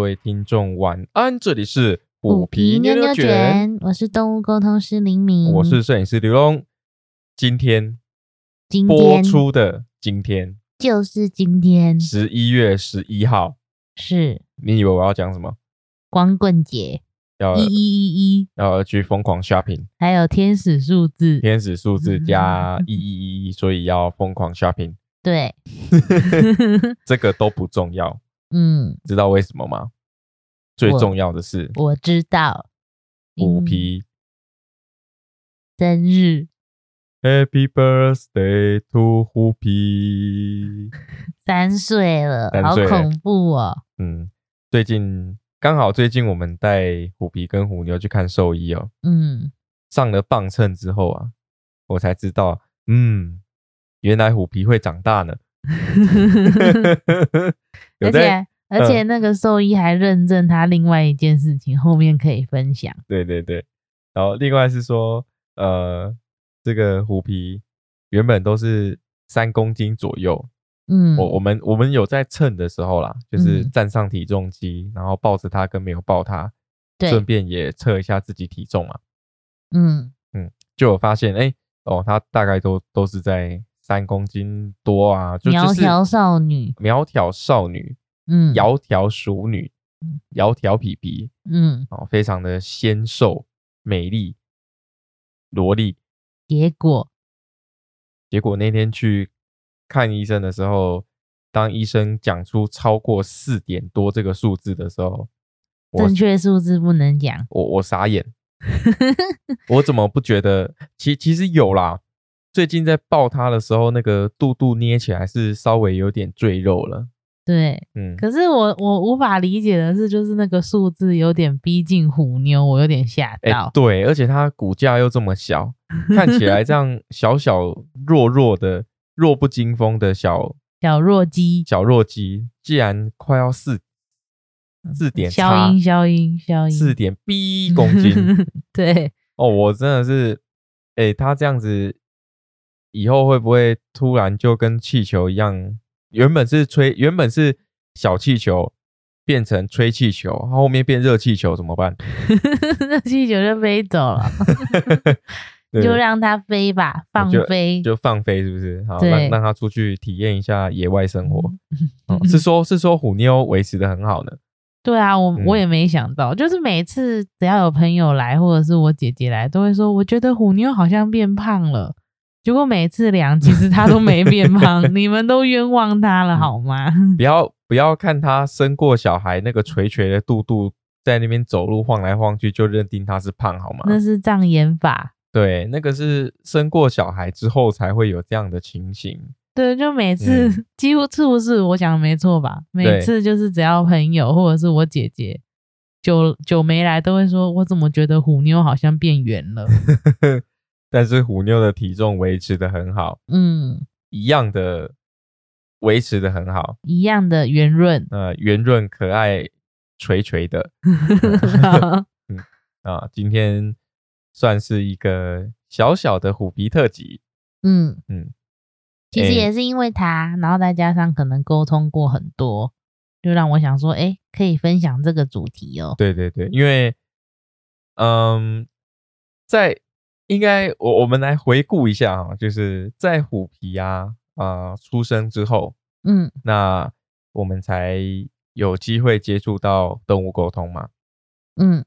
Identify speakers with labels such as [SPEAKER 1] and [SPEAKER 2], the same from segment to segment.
[SPEAKER 1] 位听众晚安，这里是
[SPEAKER 2] 虎皮
[SPEAKER 1] 牛
[SPEAKER 2] 嗯妞妞
[SPEAKER 1] 卷，
[SPEAKER 2] 卷，我是动物沟通师林明，
[SPEAKER 1] 我是摄影师刘龙。今天
[SPEAKER 2] 今
[SPEAKER 1] 播
[SPEAKER 2] 天
[SPEAKER 1] 出的今天
[SPEAKER 2] 就是今天
[SPEAKER 1] 十一月十一号，
[SPEAKER 2] 是
[SPEAKER 1] 你以为我要讲什么？
[SPEAKER 2] 光棍节，
[SPEAKER 1] 要
[SPEAKER 2] 一一一一，
[SPEAKER 1] 要去疯狂 shopping，
[SPEAKER 2] 还有天使数字，
[SPEAKER 1] 天使数字 加一一一，所以要疯狂 shopping，
[SPEAKER 2] 对，
[SPEAKER 1] 这个都不重要，
[SPEAKER 2] 嗯，
[SPEAKER 1] 知道为什么吗？最
[SPEAKER 2] 我
[SPEAKER 1] 重要的是
[SPEAKER 2] 我嗯知道，
[SPEAKER 1] 虎
[SPEAKER 2] 嗯
[SPEAKER 1] 皮
[SPEAKER 2] 生日
[SPEAKER 1] Happy Birthday to 虎皮。
[SPEAKER 2] 三岁了，
[SPEAKER 1] 三
[SPEAKER 2] 好
[SPEAKER 1] 岁了
[SPEAKER 2] 恐怖哦，
[SPEAKER 1] 嗯，最近刚好最近我们带虎皮跟虎妞去看兽医哦，
[SPEAKER 2] 嗯，
[SPEAKER 1] 上了磅秤之后啊，我才知道，嗯，原来虎皮会长大 呢。 有
[SPEAKER 2] 而
[SPEAKER 1] 在嗯
[SPEAKER 2] 且而且那个兽医还认证他另外一件事情，后面可以分享，
[SPEAKER 1] 对对对，然后另外是说，呃，这个虎皮原本都是三公斤左右，
[SPEAKER 2] 嗯，
[SPEAKER 1] 我我们我们有在称的时候啦，就是
[SPEAKER 2] 嗯
[SPEAKER 1] 站上体重机，然后抱着它跟没有抱它，顺
[SPEAKER 2] 对，
[SPEAKER 1] 便也测一下自己体重嘛。啊
[SPEAKER 2] 嗯，
[SPEAKER 1] 就有发现，哎、哦，它大概都都是在三公斤多啊，就
[SPEAKER 2] 苗
[SPEAKER 1] 就是
[SPEAKER 2] 条少女，
[SPEAKER 1] 苗条少女，
[SPEAKER 2] 嗯，
[SPEAKER 1] 窈窕淑女
[SPEAKER 2] 嗯，
[SPEAKER 1] 窈窕皮皮
[SPEAKER 2] 嗯，
[SPEAKER 1] 哦，非常的纤瘦、美丽、萝莉。
[SPEAKER 2] 结果，
[SPEAKER 1] 结果那天去看医生的时候，当医生讲出超过四点多这个数字的时候，我
[SPEAKER 2] 正确数字不能讲，
[SPEAKER 1] 我我傻眼， 我怎么不觉得？其其实有啦，最近在抱它的时候，那个肚肚捏起来是稍微有点赘肉了。
[SPEAKER 2] 对。
[SPEAKER 1] 嗯，
[SPEAKER 2] 可是我我无法理解的是，就是那个数字有点逼近虎妞，我有点吓
[SPEAKER 1] 哎、
[SPEAKER 2] 到。
[SPEAKER 1] 对，而且它骨架又这么 小，看起来这样小小弱弱的、弱不禁风的小
[SPEAKER 2] 小弱鸡，
[SPEAKER 1] 小弱鸡，既然快要四四点
[SPEAKER 2] 消
[SPEAKER 1] 差
[SPEAKER 2] 音消音消音，
[SPEAKER 1] 四点 B 公 斤
[SPEAKER 2] 对，
[SPEAKER 1] 哦，我真的是，哎、它这样子以后会不会突然就跟气球一样？原本是吹，原本是小气球，变成吹气球，后面变热气球怎么办？
[SPEAKER 2] 那气球就飞走了，
[SPEAKER 1] 对
[SPEAKER 2] 就让它飞吧，放飞。
[SPEAKER 1] 就放飞，是不是？好，
[SPEAKER 2] 对嗯
[SPEAKER 1] 让让它出去体验一下野外生活。哦、是说，是说虎妞维持的很好呢。
[SPEAKER 2] 对啊，我
[SPEAKER 1] 嗯
[SPEAKER 2] 我也没想到，就是每次只要有朋友来，或者是我姐姐来，都会说，我觉得虎妞好像变胖了。结果每次量，其实她都没变胖， 你们都冤枉她
[SPEAKER 1] 嗯
[SPEAKER 2] 了好吗？
[SPEAKER 1] 不要不要看她生过小孩那个垂垂的肚肚在那边走路晃来晃去，就认定她是胖好吗？
[SPEAKER 2] 那是障眼法。
[SPEAKER 1] 对，那个是生过小孩之后才会有这样的情形。
[SPEAKER 2] 对，就每次、
[SPEAKER 1] 嗯
[SPEAKER 2] 几乎是不是我讲的没错吧？每次就是只要朋友或者是我姐姐久久没来，都会说我怎么觉得虎妞好像变圆了？
[SPEAKER 1] 但是虎妞的体重维持的很好，
[SPEAKER 2] 嗯，
[SPEAKER 1] 一样的维持的很好，。
[SPEAKER 2] 一样的圆润
[SPEAKER 1] 呃，圆润可爱，垂垂的啊。今天算是一个小小的虎皮特辑，
[SPEAKER 2] 嗯
[SPEAKER 1] 嗯
[SPEAKER 2] 嗯，其实
[SPEAKER 1] 诶
[SPEAKER 2] 也是因为他，然后再加上可能沟通过很多，就让我想说，哎、可以分享这个主题哦。
[SPEAKER 1] 对对对，因为，嗯，在应该我我们来回顾一下啊，就是在虎皮啊啊、呃出生之后，
[SPEAKER 2] 嗯，
[SPEAKER 1] 那我们才有机会接触到动物沟通嘛。
[SPEAKER 2] 嗯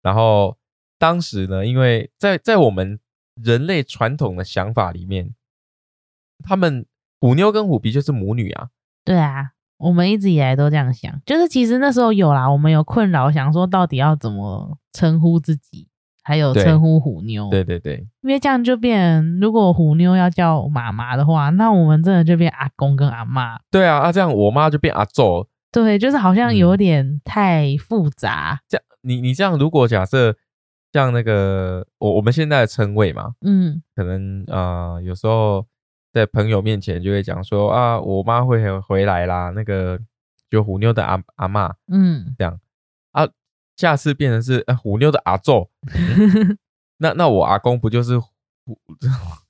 [SPEAKER 1] 然后当时呢，因为在在我们人类传统的想法里面，他们虎妞跟虎皮就是母女啊，
[SPEAKER 2] 对啊，我们一直以来都这样想，就是其实那时候有啦，我们有困扰，想说到底要怎么称呼自己，还有
[SPEAKER 1] 对
[SPEAKER 2] 称呼虎妞，
[SPEAKER 1] 对对对，
[SPEAKER 2] 因为这样就变，如果虎妞要叫妈妈的话，那我们真的就变阿公跟阿妈，
[SPEAKER 1] 对啊啊，这样我妈就变阿昼，
[SPEAKER 2] 对，就是好像
[SPEAKER 1] 嗯
[SPEAKER 2] 有点太复杂，
[SPEAKER 1] 这样你你这样如果假设像那个我我们现在的称谓嘛，
[SPEAKER 2] 嗯
[SPEAKER 1] 可能啊有时候在朋友面前就会讲说啊，我妈会回回来啦，那个就虎妞的阿阿妈，
[SPEAKER 2] 嗯，
[SPEAKER 1] 啊，下次变成是、呃、虎妞的阿 昼，那那我阿公不就是虎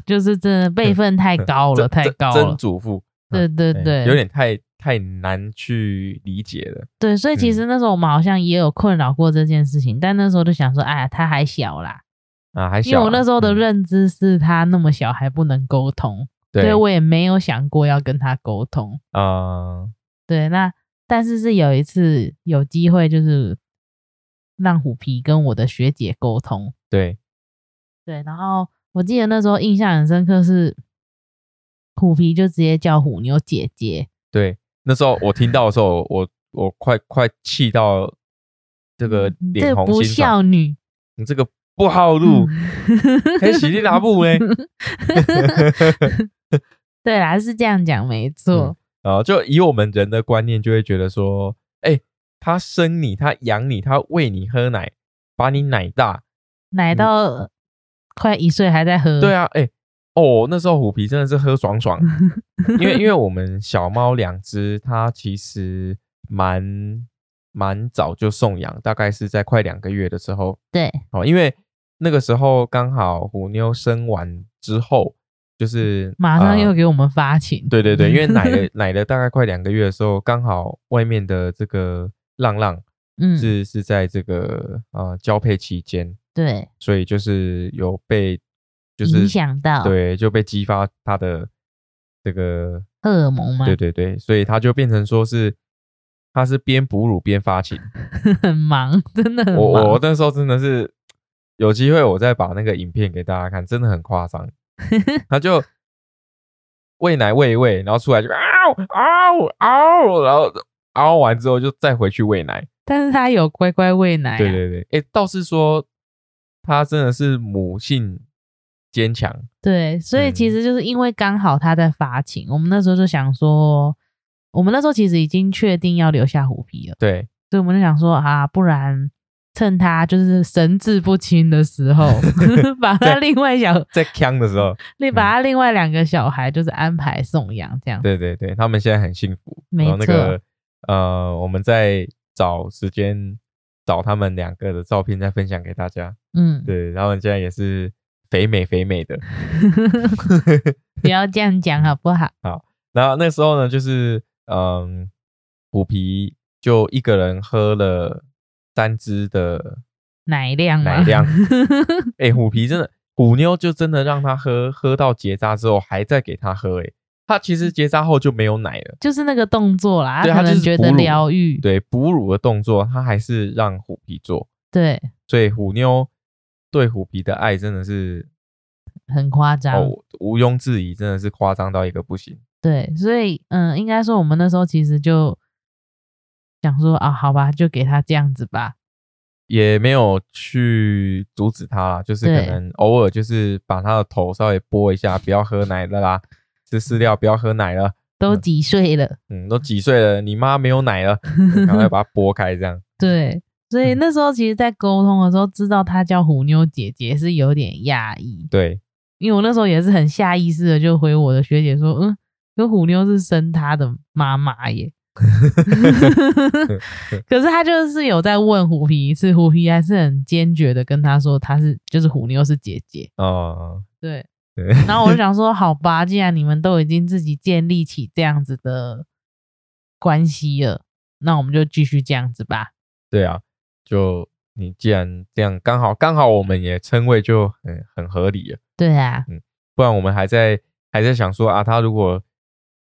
[SPEAKER 2] 就是真的辈分太高了，
[SPEAKER 1] 曾
[SPEAKER 2] 太高
[SPEAKER 1] 曾
[SPEAKER 2] 了
[SPEAKER 1] 曾，祖父？
[SPEAKER 2] 对对
[SPEAKER 1] 哎
[SPEAKER 2] 对，
[SPEAKER 1] 有点太太难去理解了。
[SPEAKER 2] 对，所以其
[SPEAKER 1] 嗯
[SPEAKER 2] 实那时候我们好像也有困扰过这件事情，但那时候就想说，哎呀，他还小啦，
[SPEAKER 1] 啊，还小啊、
[SPEAKER 2] 因为我那时候的
[SPEAKER 1] 嗯
[SPEAKER 2] 认知是他那么小还不能沟通，所
[SPEAKER 1] 对
[SPEAKER 2] 以我也没有想过要跟他沟通。
[SPEAKER 1] 啊、
[SPEAKER 2] 对，那但是是有一次有机会，就是让虎皮跟我的学姐沟通。
[SPEAKER 1] 对，
[SPEAKER 2] 对，然后我记得那时候印象很深刻是，虎皮就直接叫虎妞姐姐。
[SPEAKER 1] 对，那时候我听到的时候，我我快快气到这个
[SPEAKER 2] 你
[SPEAKER 1] 脸
[SPEAKER 2] 嗯这
[SPEAKER 1] 红
[SPEAKER 2] 不嗯
[SPEAKER 1] 心跳，
[SPEAKER 2] 孝女，
[SPEAKER 1] 你这个不好路，还喜力拿布 嘞，
[SPEAKER 2] 对啦，是这样讲没错。
[SPEAKER 1] 啊，就以我们人的观念，就会觉得说，哎、他生你，他养你，他喂你喝奶，把你奶大，
[SPEAKER 2] 奶到快一岁还在喝，
[SPEAKER 1] 对啊，哎、哦，那时候虎皮真的是喝爽 爽，因为因为我们小猫两只，它其实蛮蛮早就送养，大概是在快两个月的时候，
[SPEAKER 2] 对
[SPEAKER 1] 哦，因为那个时候刚好虎妞生完之后，就是
[SPEAKER 2] 马上
[SPEAKER 1] 呃
[SPEAKER 2] 又给我们发情。
[SPEAKER 1] 对对对，因为奶 了奶了大概快两个月的时候，刚好外面的这个浪浪
[SPEAKER 2] 嗯，
[SPEAKER 1] 是、是在这个呃交配期间，
[SPEAKER 2] 对，
[SPEAKER 1] 所以就是有被就是
[SPEAKER 2] 影响到
[SPEAKER 1] 对就被激发它的这个
[SPEAKER 2] 荷尔蒙嘛
[SPEAKER 1] 对，对对，所以它就变成说是它是边哺乳边发 情。
[SPEAKER 2] 很忙，真的很
[SPEAKER 1] 我我
[SPEAKER 2] 忙
[SPEAKER 1] 我。那时候真的是有机会，我再把那个影片给大家看，真的很夸张。他就喂奶喂一喂，然后出来就嗷嗷嗷，然后嗷完之后就再回去喂奶。
[SPEAKER 2] 但是他有乖乖喂奶啊，
[SPEAKER 1] 对对对，哎，倒是说他真的是母性坚强，
[SPEAKER 2] 对，所以其
[SPEAKER 1] 嗯
[SPEAKER 2] 实就是因为刚好他在发情，我们那时候就想说，我们那时候其实已经确定要留下虎皮了，
[SPEAKER 1] 对
[SPEAKER 2] 所以我们就想说啊，不然趁他就是神志不清的 时候，把他另外小，
[SPEAKER 1] 在呛的时 候，
[SPEAKER 2] 你把他另外两个小孩就是安排送养这样。
[SPEAKER 1] 嗯对对对，他们现在很幸福。
[SPEAKER 2] 没
[SPEAKER 1] 然后那
[SPEAKER 2] 错
[SPEAKER 1] 个呃，我们再找时间找他们两个的照片再分享给大家。
[SPEAKER 2] 嗯，
[SPEAKER 1] 对，然后你现在也是肥美肥美的。
[SPEAKER 2] 不要这样讲好不好？
[SPEAKER 1] 然后那时候呢，就是嗯，虎皮就一个人喝了三支的
[SPEAKER 2] 奶量嘛，
[SPEAKER 1] 奶 量。哎、虎皮真的，虎妞就真的让他喝，喝到结扎之后还在给他喝、欸。哎，他其实结扎后就没有奶了。
[SPEAKER 2] 就是那个动作啦，
[SPEAKER 1] 对
[SPEAKER 2] 可
[SPEAKER 1] 他就
[SPEAKER 2] 能
[SPEAKER 1] 是
[SPEAKER 2] 觉
[SPEAKER 1] 哺
[SPEAKER 2] 得
[SPEAKER 1] 乳
[SPEAKER 2] 疗愈，
[SPEAKER 1] 对，哺乳的动作他还是让虎皮做，
[SPEAKER 2] 对，
[SPEAKER 1] 所以虎妞对虎皮的爱真的是
[SPEAKER 2] 很夸张。
[SPEAKER 1] 哦，毋庸置疑，真的是夸张到一个不行。
[SPEAKER 2] 对，所以嗯，应该说我们那时候其实就想说啊，好吧，就给他这样子吧。
[SPEAKER 1] 也没有去阻止他啦，就是可
[SPEAKER 2] 对
[SPEAKER 1] 能偶尔就是把他的头稍微拨一下，不要喝奶了啦，吃饲料不要喝奶了，
[SPEAKER 2] 都几岁了，
[SPEAKER 1] 嗯，都几岁了，你妈没有奶了，嗯赶快把它拨开这样。
[SPEAKER 2] 对，所以
[SPEAKER 1] 嗯
[SPEAKER 2] 那时候其实，在沟通的时候，知道她叫虎妞姐姐是有点讶异，
[SPEAKER 1] 对
[SPEAKER 2] 因为我那时候也是很下意识的就回我的学姐说，嗯，可虎妞是生她的妈妈 耶。可是她就是有在问虎皮一次，虎皮还是很坚决的跟她说，她是就是虎妞是姐姐。
[SPEAKER 1] 哦，
[SPEAKER 2] 对，
[SPEAKER 1] 对
[SPEAKER 2] 然后我就想说，好吧，既然你们都已经自己建立起这样子的关系了，那我们就继续这样子吧。
[SPEAKER 1] 对啊，就你既然这样，刚好刚好我们也称谓就很很合理了，
[SPEAKER 2] 对啊，
[SPEAKER 1] 不然我们还在还在想说啊，他如果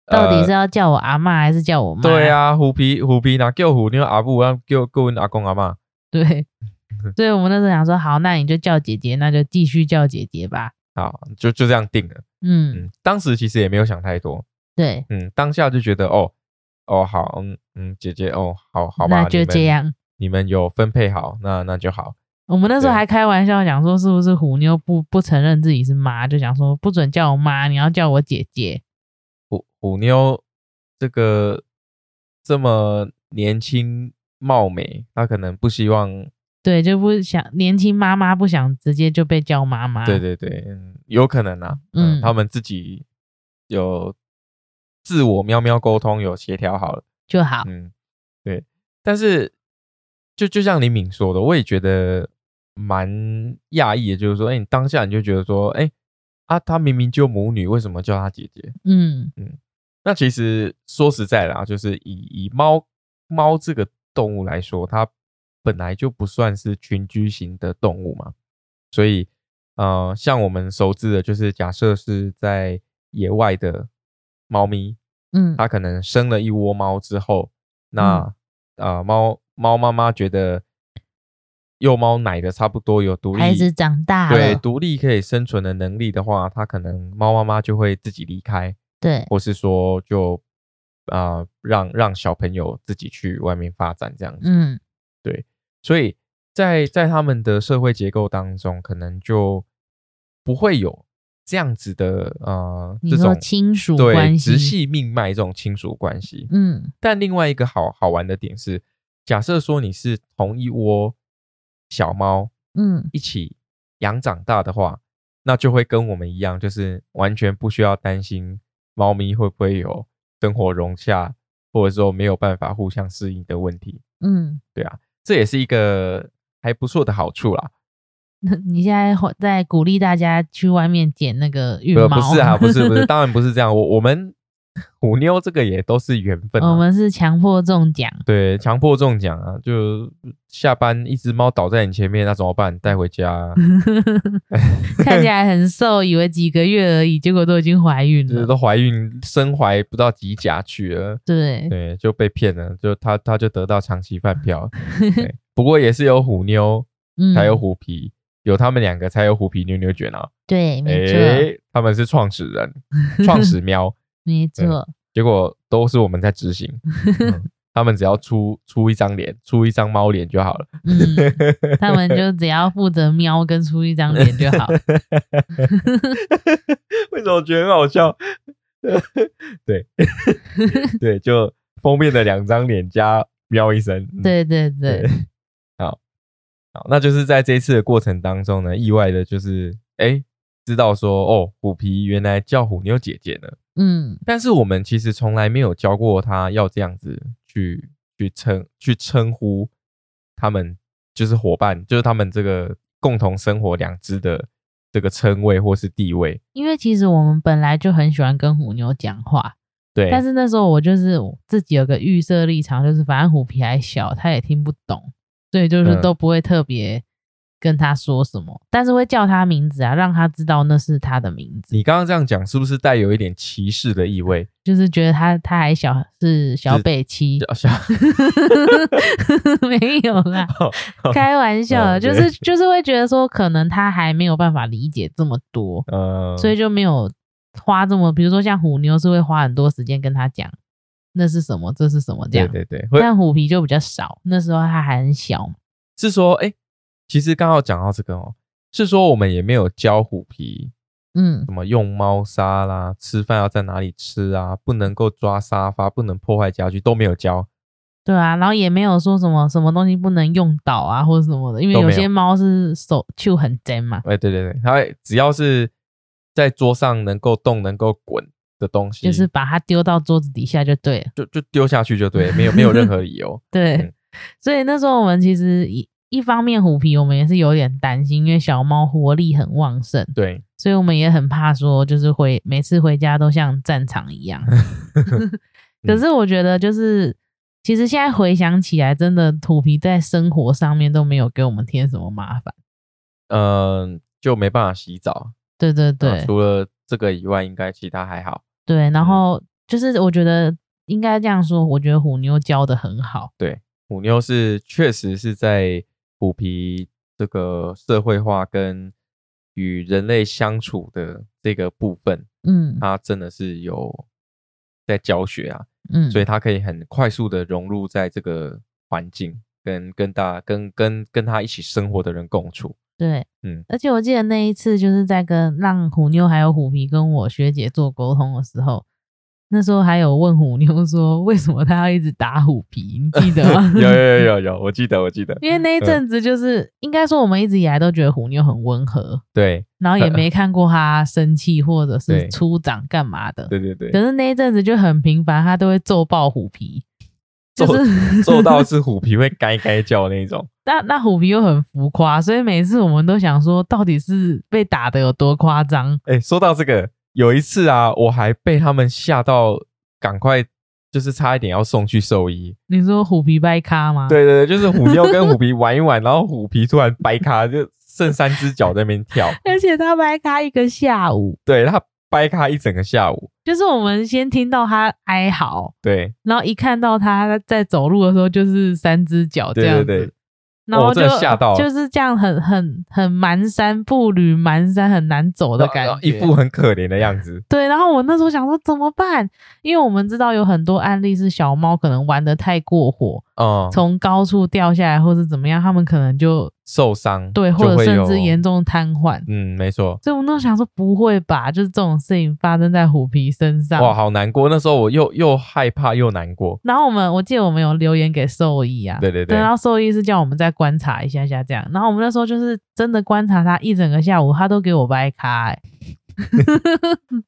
[SPEAKER 2] 到底
[SPEAKER 1] 呃
[SPEAKER 2] 是啊要叫我阿嬷还是叫我妈？
[SPEAKER 1] 对，啊，虎皮虎皮拿叫虎妞阿布，让叫叫阮阿公阿妈，
[SPEAKER 2] 对。 所以我们那时候想说，好，那你就叫姐姐，那就继续叫姐姐吧。
[SPEAKER 1] 好，就就这样定了。
[SPEAKER 2] 嗯，
[SPEAKER 1] 嗯，当时其实也没有想太多，
[SPEAKER 2] 对，
[SPEAKER 1] 嗯，当下就觉得哦，哦好，嗯嗯，姐姐，哦好好吧，
[SPEAKER 2] 那就这样。
[SPEAKER 1] 你们，你们有分配好，那那就好，
[SPEAKER 2] 我们那时
[SPEAKER 1] 对
[SPEAKER 2] 候还开玩笑讲说，是不是虎妞不不承认自己是妈，就想说不准叫我妈，你要叫我姐姐。
[SPEAKER 1] 虎虎妞这个这么年轻貌美，她可能不希望，
[SPEAKER 2] 对，就不想年轻妈妈不想直接就被叫妈妈。
[SPEAKER 1] 对对对，嗯有可能啊，嗯，
[SPEAKER 2] 啊嗯
[SPEAKER 1] 他们自己有自我喵喵沟通，有协调好了。
[SPEAKER 2] 就好。
[SPEAKER 1] 嗯，对。但是就就像李敏说的，我也觉得蛮讶异的，就是说，哎、你当下你就觉得说，哎、啊，她明明就母女，为什么叫她姐姐？
[SPEAKER 2] 嗯
[SPEAKER 1] 嗯，那其实说实在啦，就是以以猫猫这个动物来说，它本来就不算是群居型的动物嘛，所以呃，像我们熟知的，就是假设是在野外的猫咪，
[SPEAKER 2] 嗯
[SPEAKER 1] 它可能生了一窝猫之后，那、呃猫猫妈妈觉得幼猫奶的差不多有独立
[SPEAKER 2] 孩子长大了，
[SPEAKER 1] 对独立可以生存的能力的话，它可能猫妈妈就会自己离开，
[SPEAKER 2] 对
[SPEAKER 1] 或是说就啊、呃让让小朋友自己去外面发展这样子。
[SPEAKER 2] 嗯
[SPEAKER 1] 所以在在他们的社会结构当中，可能就不会有这样子的呃
[SPEAKER 2] 你
[SPEAKER 1] 这
[SPEAKER 2] 说
[SPEAKER 1] 种
[SPEAKER 2] 亲属
[SPEAKER 1] 对
[SPEAKER 2] 关
[SPEAKER 1] 直
[SPEAKER 2] 系
[SPEAKER 1] 系命脉这种亲属关系。
[SPEAKER 2] 嗯
[SPEAKER 1] 但另外一个好好玩的点是，假设说你是同一窝小猫
[SPEAKER 2] 嗯，
[SPEAKER 1] 一起养长大的话，那就会跟我们一样，就是完全不需要担心猫咪会不会有生活融洽，或者说没有办法互相适应的问题。
[SPEAKER 2] 嗯，
[SPEAKER 1] 这也是一个还不错的好处啦。
[SPEAKER 2] 你现在吼在鼓励大家去外面捡那个羽
[SPEAKER 1] 不，
[SPEAKER 2] 毛？
[SPEAKER 1] 不是 啊，不是，不是，当然不是这样。我我们 虎妞这个也都是缘分、
[SPEAKER 2] 哦我
[SPEAKER 1] 啊。
[SPEAKER 2] 们是强迫中 奖，
[SPEAKER 1] 对，强迫中奖啊！就下班一只猫倒在你前面，那怎么办？带回家啊，
[SPEAKER 2] 看起来很瘦，以为几个月而已，结果都已经怀孕
[SPEAKER 1] 就是
[SPEAKER 2] 了。
[SPEAKER 1] 都怀孕，身怀不到几甲去了。
[SPEAKER 2] 对，
[SPEAKER 1] 对，就被骗了，就他他就得到长期饭 票。对，不过也是有虎妞，
[SPEAKER 2] 嗯，
[SPEAKER 1] 才有虎皮，有他们两个才有虎皮妞妞卷啊。
[SPEAKER 2] 对，没错，
[SPEAKER 1] 诶，他们是创始人，创始喵，
[SPEAKER 2] 没 错，
[SPEAKER 1] 结果都是我们在执 行。嗯他们只要出出一张脸，出一张猫脸就好了。
[SPEAKER 2] 嗯，他们就只要负责喵跟出一张脸就好。
[SPEAKER 1] 为什么觉得很好笑？ 对 对，就封面的两张脸加喵一声。嗯
[SPEAKER 2] 对对对，
[SPEAKER 1] 好，那就是在这一次的过程当中呢，意外的就是哎、诶知道说哦，虎皮原来叫虎妞姐姐呢。
[SPEAKER 2] 嗯
[SPEAKER 1] 但是我们其实从来没有教过她要这样子去去称去称呼他们，就是伙伴，就是他们这个共同生活两只的这个称谓或是地位。
[SPEAKER 2] 因为其实我们本来就很喜欢跟虎妞讲话，
[SPEAKER 1] 对，
[SPEAKER 2] 但是那时候我就是自己有个预设立场，就是反正虎皮还小，他也听不懂，所以就是
[SPEAKER 1] 嗯
[SPEAKER 2] 都不会特别跟他说什么，但是会叫他名字啊，让他知道那是他的名字，
[SPEAKER 1] 你刚刚这样讲，是不是带有一点歧视的意味？
[SPEAKER 2] 就是觉得他他还小，是小北七，
[SPEAKER 1] 小小
[SPEAKER 2] 没有 啦。
[SPEAKER 1] 哦
[SPEAKER 2] 开玩笑的，
[SPEAKER 1] 嗯
[SPEAKER 2] 就
[SPEAKER 1] 对
[SPEAKER 2] 是就是会觉得说，可能他还没有办法理解这么多，
[SPEAKER 1] 呃，
[SPEAKER 2] 所以就没有花这么，比如说像虎妞是会花很多时间跟他讲那是什么，这是什么这
[SPEAKER 1] 对
[SPEAKER 2] 样，
[SPEAKER 1] 对对，会
[SPEAKER 2] 但虎皮就比较少，那时候他还很小嘛，
[SPEAKER 1] 是说，哎、其实刚好讲到这个哦，是说我们也没有教虎皮
[SPEAKER 2] 嗯
[SPEAKER 1] 什么用猫砂啦，吃饭要在哪里吃啊，不能够抓沙发，不能破坏家具，都没有教。
[SPEAKER 2] 对啊，然后也没有说什么什么东西不能用到啊或者什么的，因为
[SPEAKER 1] 都没有
[SPEAKER 2] 有些猫是手就很尖嘛，
[SPEAKER 1] 哎、对对对，它会只要是在桌上能够动、能够滚的东西，
[SPEAKER 2] 就是把它丢到桌子底下就对了，
[SPEAKER 1] 就就丢下去就对，没有没有任何理 由。
[SPEAKER 2] 对，
[SPEAKER 1] 嗯
[SPEAKER 2] 所以那时候我们其实一一方面虎皮我们也是有点担心，因为小猫活力很旺盛。
[SPEAKER 1] 对，
[SPEAKER 2] 所以我们也很怕说，就是回每次回家都像战场一 样。可
[SPEAKER 1] 嗯
[SPEAKER 2] 是我觉得，就是其实现在回想起来，真的土皮在生活上面都没有给我们添什么麻烦。
[SPEAKER 1] 嗯、就没办法洗澡。
[SPEAKER 2] 对对对、
[SPEAKER 1] 啊除嗯了这个以外，应该其他还好。
[SPEAKER 2] 对，然后就是我觉得应该这样说，我觉得虎妞教的很好。
[SPEAKER 1] 虎妞是确实是在虎皮这个社会化跟与人类相处的这个部分，
[SPEAKER 2] 嗯
[SPEAKER 1] 它真的是有在教学啊，
[SPEAKER 2] 嗯，
[SPEAKER 1] 所以它可以很快速的融入在这个环境，跟跟大跟跟跟他一起生活的人共处。
[SPEAKER 2] 对，
[SPEAKER 1] 嗯？
[SPEAKER 2] 而且我记得那一次就是在跟让虎妞还有虎皮跟我学姐做沟通的时候，那时候还有问虎妞说为什么她要一直打虎皮，你记得吗
[SPEAKER 1] 有有有有，我记得我记得，
[SPEAKER 2] 因为那一阵子就是应该说我们一直以来都觉得虎妞很温和，
[SPEAKER 1] 对
[SPEAKER 2] 然后也没看过她生气或者
[SPEAKER 1] 对
[SPEAKER 2] 是出掌干嘛的。
[SPEAKER 1] 对对对，
[SPEAKER 2] 可是那一阵子就很频繁，她都会揍爆虎皮，就
[SPEAKER 1] 揍
[SPEAKER 2] 是
[SPEAKER 1] 揍到是虎皮会 该该叫那种。
[SPEAKER 2] 那那虎皮又很浮夸，所以每次我们都想说，到底是被打的有多夸张？
[SPEAKER 1] 哎、说到这个，有一次啊，我还被他们吓到赶快就是差一点要送去兽医。
[SPEAKER 2] 你说虎皮掰咖吗？，
[SPEAKER 1] 对对对，就是虎妞跟虎皮玩一 玩，然后虎皮突然掰咖，就剩三只脚在那边 跳。
[SPEAKER 2] 而且他掰咖一个下午，
[SPEAKER 1] 对他掰咖一整个下午。
[SPEAKER 2] 就是我们先听到他哀嚎，
[SPEAKER 1] 对，
[SPEAKER 2] 然后一看到他在走路的时候，就是三只脚这
[SPEAKER 1] 对
[SPEAKER 2] 样
[SPEAKER 1] 对
[SPEAKER 2] 子。
[SPEAKER 1] 对，
[SPEAKER 2] 然后
[SPEAKER 1] 哦
[SPEAKER 2] 就、
[SPEAKER 1] 真的吓到了
[SPEAKER 2] 就是这样很很很蹒跚步履蹒跚，很难走的感
[SPEAKER 1] 然后
[SPEAKER 2] 觉，
[SPEAKER 1] 一副很可怜的样 子。
[SPEAKER 2] 对，然后我那时候想说怎么办？因为我们知道有很多案例是小猫可能玩的太过火，
[SPEAKER 1] 嗯，
[SPEAKER 2] 从高处掉下来或是怎么样，它们可能就
[SPEAKER 1] 受伤
[SPEAKER 2] 对，
[SPEAKER 1] 就
[SPEAKER 2] 或者
[SPEAKER 1] 会
[SPEAKER 2] 甚
[SPEAKER 1] 有
[SPEAKER 2] 至严重瘫痪。
[SPEAKER 1] 嗯，没错。
[SPEAKER 2] 所以我那时候想说不会吧，就是这种事情发生在虎皮身上。
[SPEAKER 1] 哇，好难过！那时候我又又害怕又难过。
[SPEAKER 2] 然后我们我记得我们有留言给兽医啊，
[SPEAKER 1] 对对
[SPEAKER 2] 对，然后兽医是叫我们再观察一下下这样，然后我们那时候就是真的观察它一整个下午，它都给我掰开、欸，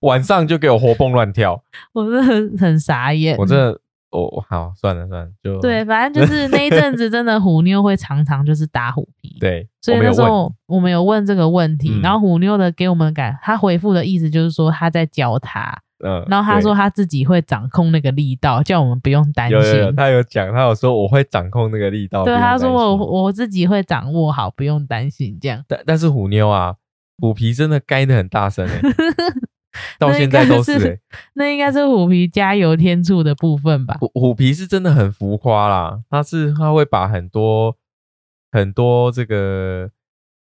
[SPEAKER 1] 晚上就给我活蹦乱跳，
[SPEAKER 2] 我真的很很傻眼。
[SPEAKER 1] 我真的，我、我好算了算了，就
[SPEAKER 2] 对，反正就是那一阵子，真的虎妞会常常就是打虎皮，
[SPEAKER 1] 对，
[SPEAKER 2] 所以
[SPEAKER 1] 我没有
[SPEAKER 2] 那时
[SPEAKER 1] 问，
[SPEAKER 2] 候我们有问这个问题，
[SPEAKER 1] 嗯
[SPEAKER 2] 然后虎妞的给我们感，他回复的意思就是说他在教他，
[SPEAKER 1] 嗯、
[SPEAKER 2] 然后他
[SPEAKER 1] 对
[SPEAKER 2] 说他自己会掌控那个力道，叫我们不用担
[SPEAKER 1] 有有有，
[SPEAKER 2] 心。
[SPEAKER 1] 他有讲，他有说我会掌控那个力道，
[SPEAKER 2] 对，
[SPEAKER 1] 不用
[SPEAKER 2] 他
[SPEAKER 1] 担
[SPEAKER 2] 说
[SPEAKER 1] 心
[SPEAKER 2] 我我自己会掌握好，不用担心这样。
[SPEAKER 1] 但但是虎妞啊，虎皮真的该的很大声 哎、到现在都是、
[SPEAKER 2] 那
[SPEAKER 1] 欸
[SPEAKER 2] 应该是，那应该是虎皮加油添醋的部分吧？
[SPEAKER 1] 虎虎皮是真的很浮夸啦，他是他会把很多很多这个，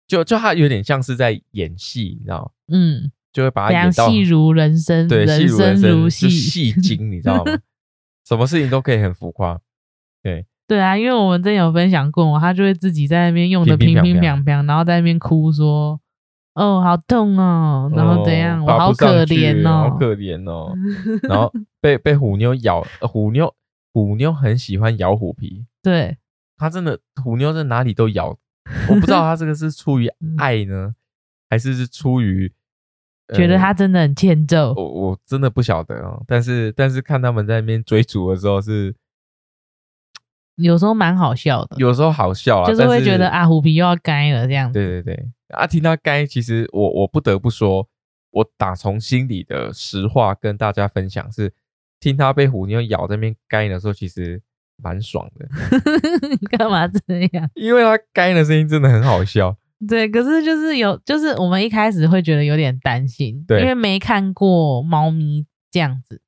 [SPEAKER 1] 就就他有点像是在演戏，你知道吗，
[SPEAKER 2] 嗯，
[SPEAKER 1] 就会把他
[SPEAKER 2] 两
[SPEAKER 1] 演到
[SPEAKER 2] 戏如人生，
[SPEAKER 1] 对，戏
[SPEAKER 2] 人
[SPEAKER 1] 如人生，
[SPEAKER 2] 如
[SPEAKER 1] 就
[SPEAKER 2] 戏。
[SPEAKER 1] 戏精，你知 道吗？什么事情都可以很浮夸，
[SPEAKER 2] 对啊，因为我们之前有分享过嘛，他就会自己在那边用的
[SPEAKER 1] 乒
[SPEAKER 2] 乒
[SPEAKER 1] 乒
[SPEAKER 2] 乒
[SPEAKER 1] 乓
[SPEAKER 2] 乓乓，然后在那边哭说：“哦，好痛哦，然后怎样，
[SPEAKER 1] 哦
[SPEAKER 2] 我
[SPEAKER 1] 爬
[SPEAKER 2] 好
[SPEAKER 1] 不上
[SPEAKER 2] 可
[SPEAKER 1] 去
[SPEAKER 2] 怜
[SPEAKER 1] 好。
[SPEAKER 2] 哦
[SPEAKER 1] 可怜哦。然后被被虎妞咬，呃虎妞虎妞很喜欢咬虎皮，
[SPEAKER 2] 对，
[SPEAKER 1] 它真的虎妞在哪里都咬，我不知道它这个是出 于
[SPEAKER 2] 嗯
[SPEAKER 1] 爱呢，还是是出于、呃
[SPEAKER 2] 觉得他真的很欠揍。
[SPEAKER 1] 我我真的不晓得哦。但是但是看他们在那边追逐的时候是
[SPEAKER 2] 有时候蛮好笑的，
[SPEAKER 1] 有时候好笑啊，
[SPEAKER 2] 就是
[SPEAKER 1] 但
[SPEAKER 2] 会觉得啊，虎皮又要该了这样子。
[SPEAKER 1] 对对对，阿提娜该其实我我不得不说，我打从心里的实话跟大家分享是，听他被虎妞咬在那边该的时候，其实蛮爽的，
[SPEAKER 2] 干嘛这样？
[SPEAKER 1] 因为他该的声音真的很好笑。
[SPEAKER 2] 对，可是就是有，就是我们一开始会觉得有点担心，
[SPEAKER 1] 对
[SPEAKER 2] 因为没看过猫咪这样子，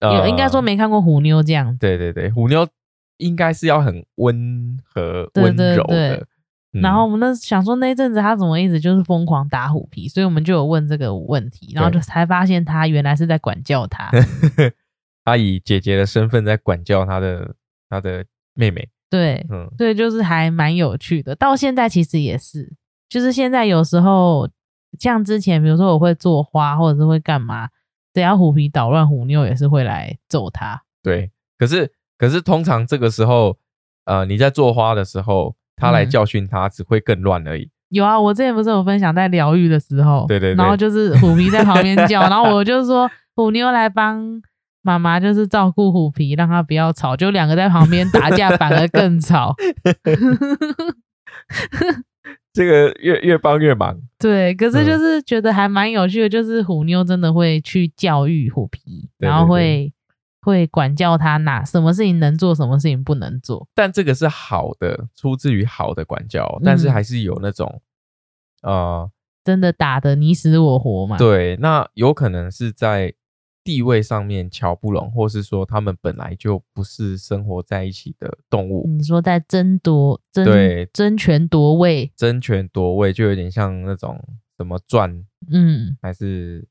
[SPEAKER 2] 有
[SPEAKER 1] 呃
[SPEAKER 2] 应该说没看过虎妞这样子。
[SPEAKER 1] 对对对，虎妞应该是要很温和
[SPEAKER 2] 对
[SPEAKER 1] 温
[SPEAKER 2] 对
[SPEAKER 1] 柔
[SPEAKER 2] 对
[SPEAKER 1] 的，嗯
[SPEAKER 2] 然后我们那想说那一阵子他怎么一直就是疯狂打虎皮，所以我们就有问这个问题，然后就才发现他原来是在管教他。
[SPEAKER 1] 他以姐姐的身份在管教他的他的妹妹，
[SPEAKER 2] 对，
[SPEAKER 1] 嗯，
[SPEAKER 2] 所以就是还蛮有趣的。到现在其实也是，就是现在有时候像之前，比如说我会做花或者是会干嘛，只要虎皮捣乱，虎妞也是会来揍他。
[SPEAKER 1] 对。可是可是通常这个时候，呃，你在做花的时候，他来
[SPEAKER 2] 嗯
[SPEAKER 1] 教训他，只会更乱而已。
[SPEAKER 2] 有啊，我之前不是有分享在疗愈的时候，
[SPEAKER 1] 对对对
[SPEAKER 2] 然后就是虎皮在旁边 叫，然后我就说虎妞来帮妈妈，就是照顾虎皮，让他不要吵，就两个在旁边打架，反而更吵。
[SPEAKER 1] 这个越越帮越忙。
[SPEAKER 2] 对，可是
[SPEAKER 1] 嗯
[SPEAKER 2] 就是觉得还蛮有趣的，就是虎妞真的会去教育虎皮，
[SPEAKER 1] 对对
[SPEAKER 2] 然后会会管教他哪什么事情能做，什么事情不能做。
[SPEAKER 1] 但这个是好的，出自于好的管教，哦但是
[SPEAKER 2] 嗯
[SPEAKER 1] 还是有那种，呃，
[SPEAKER 2] 真的打得你死我活嘛？
[SPEAKER 1] 对，那有可能是在地位上面瞧不拢，或是说他们本来就不是生活在一起的动物，
[SPEAKER 2] 你说在争夺争
[SPEAKER 1] 对
[SPEAKER 2] 争权夺位，
[SPEAKER 1] 争权夺位就有点像那种什么传
[SPEAKER 2] 嗯
[SPEAKER 1] 还是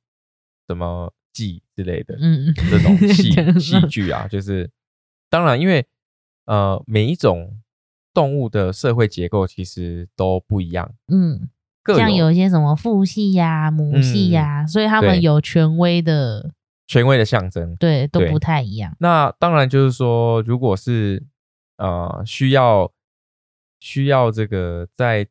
[SPEAKER 1] 什么记之类的，
[SPEAKER 2] 嗯，
[SPEAKER 1] 这 种戏
[SPEAKER 2] 讲
[SPEAKER 1] 戏剧啊，就是当然，因为呃每一种动物的社会结构其实都不一样，
[SPEAKER 2] 嗯，
[SPEAKER 1] 各
[SPEAKER 2] 像
[SPEAKER 1] 有嗯
[SPEAKER 2] 有一些什么父系呀、母系呀、所以他
[SPEAKER 1] 对
[SPEAKER 2] 们有权威的，
[SPEAKER 1] 权威的象征。
[SPEAKER 2] 对，都
[SPEAKER 1] 对
[SPEAKER 2] 不太一样。
[SPEAKER 1] 那当然就是说，如果是呃需要需要这个在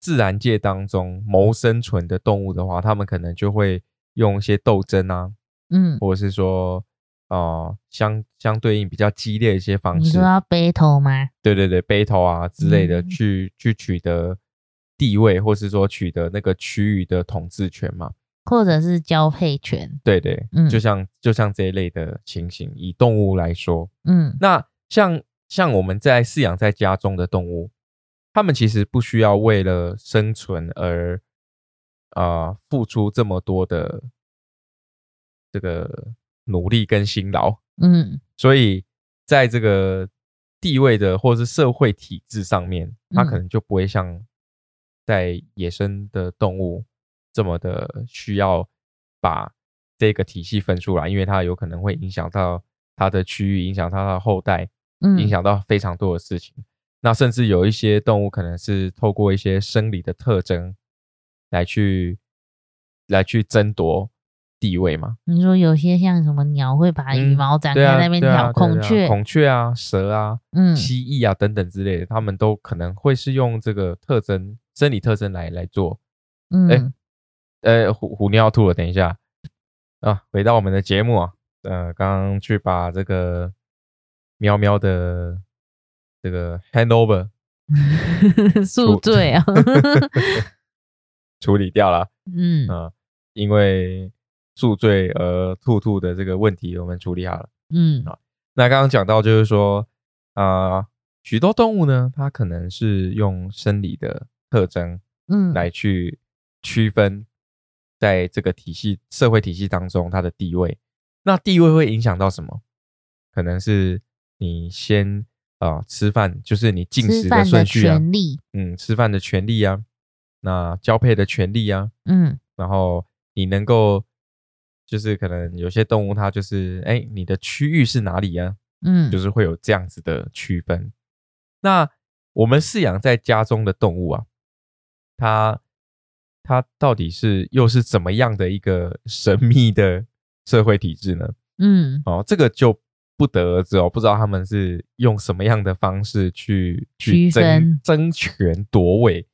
[SPEAKER 1] 自然界当中谋生存的动物的话，它们可能就会用一些斗争啊，
[SPEAKER 2] 嗯，
[SPEAKER 1] 或者是说呃相相对应比较激烈的一些方
[SPEAKER 2] 你
[SPEAKER 1] 式
[SPEAKER 2] 说，要 battle 吗？
[SPEAKER 1] 对对对，battle 啊之类的，
[SPEAKER 2] 嗯
[SPEAKER 1] 去去取得地位，或是说取得那个区域的统治权嘛。
[SPEAKER 2] 或者是交配权，
[SPEAKER 1] 对对，
[SPEAKER 2] 嗯
[SPEAKER 1] 就像就像这一类的情形，以动物来说，
[SPEAKER 2] 嗯
[SPEAKER 1] 那像像我们在饲养在家中的动物，它们其实不需要为了生存而呃付出这么多的这个努力跟辛劳，
[SPEAKER 2] 嗯
[SPEAKER 1] 所以在这个地位的或是社会体制上面，它可
[SPEAKER 2] 嗯
[SPEAKER 1] 能就不会像在野生的动物这么的需要把这个体系分出来，因为它有可能会影响到它的区域，影响到它的后代，
[SPEAKER 2] 嗯，
[SPEAKER 1] 影响到非常多的事情。那甚至有一些动物可能是透过一些生理的特征来去来去争夺地位嘛。
[SPEAKER 2] 你说有些像什么鸟会把羽
[SPEAKER 1] 嗯
[SPEAKER 2] 毛展开
[SPEAKER 1] 对啊，
[SPEAKER 2] 在那边
[SPEAKER 1] 对啊
[SPEAKER 2] 挑
[SPEAKER 1] 对啊
[SPEAKER 2] 孔
[SPEAKER 1] 对啊
[SPEAKER 2] 雀，
[SPEAKER 1] 孔雀啊、蛇啊、
[SPEAKER 2] 嗯
[SPEAKER 1] 蜥蜴啊等等之类的，它们都可能会是用这个特征、生理特征来来做。哎
[SPEAKER 2] 嗯，
[SPEAKER 1] 呃，虎虎妞要吐了，等一下啊，回到我们的节目啊，呃，刚刚去把这个喵喵的这个 handover
[SPEAKER 2] 宿醉啊，
[SPEAKER 1] 处理掉了，
[SPEAKER 2] 嗯
[SPEAKER 1] 因为宿醉而吐吐的这个问题我们处理好了。
[SPEAKER 2] 嗯
[SPEAKER 1] 那刚刚讲到就是说，啊，许多动物呢，它可能是用生理的特征
[SPEAKER 2] 嗯，
[SPEAKER 1] 来去区分在这个体系社会体系当中它的地位。那地位会影响到什么？可能是你先啊、呃吃饭，就是你进
[SPEAKER 2] 吃
[SPEAKER 1] 食
[SPEAKER 2] 饭的
[SPEAKER 1] 顺序啊，
[SPEAKER 2] 权利，
[SPEAKER 1] 嗯，吃饭的权利啊，那交配的权利啊，
[SPEAKER 2] 嗯
[SPEAKER 1] 然后你能够就是可能有些动物它就是哎、你的区域是哪里啊？
[SPEAKER 2] 嗯，
[SPEAKER 1] 就是会有这样子的区分。那我们饲养在家中的动物啊，它它到底是又是怎么样的一个神秘的社会体制呢？
[SPEAKER 2] 嗯
[SPEAKER 1] 哦，这个就不得而知哦，不知道他们是用什么样的方式去去
[SPEAKER 2] 区分
[SPEAKER 1] 争争权夺位。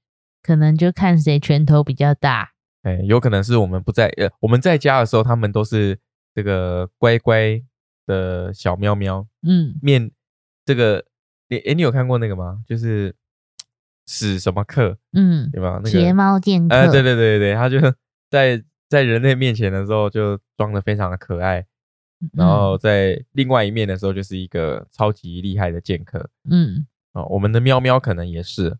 [SPEAKER 2] 可能就看谁拳头比较大，
[SPEAKER 1] 哎，有可能是我们不在，呃，我们在家的时候，他们都是这个乖乖的小喵喵，
[SPEAKER 2] 嗯
[SPEAKER 1] 面这个，你诶，你有看过那个吗？就是史什么克
[SPEAKER 2] 嗯，
[SPEAKER 1] 有没有那
[SPEAKER 2] 睫
[SPEAKER 1] 个？
[SPEAKER 2] 毛剑客，
[SPEAKER 1] 哎、对对对对，他就在在人类面前的时候就装的非常的可爱，
[SPEAKER 2] 嗯，
[SPEAKER 1] 然后在另外一面的时候就是一个超级厉害的剑客
[SPEAKER 2] 嗯，
[SPEAKER 1] 啊、哦我们的喵喵可能也是，我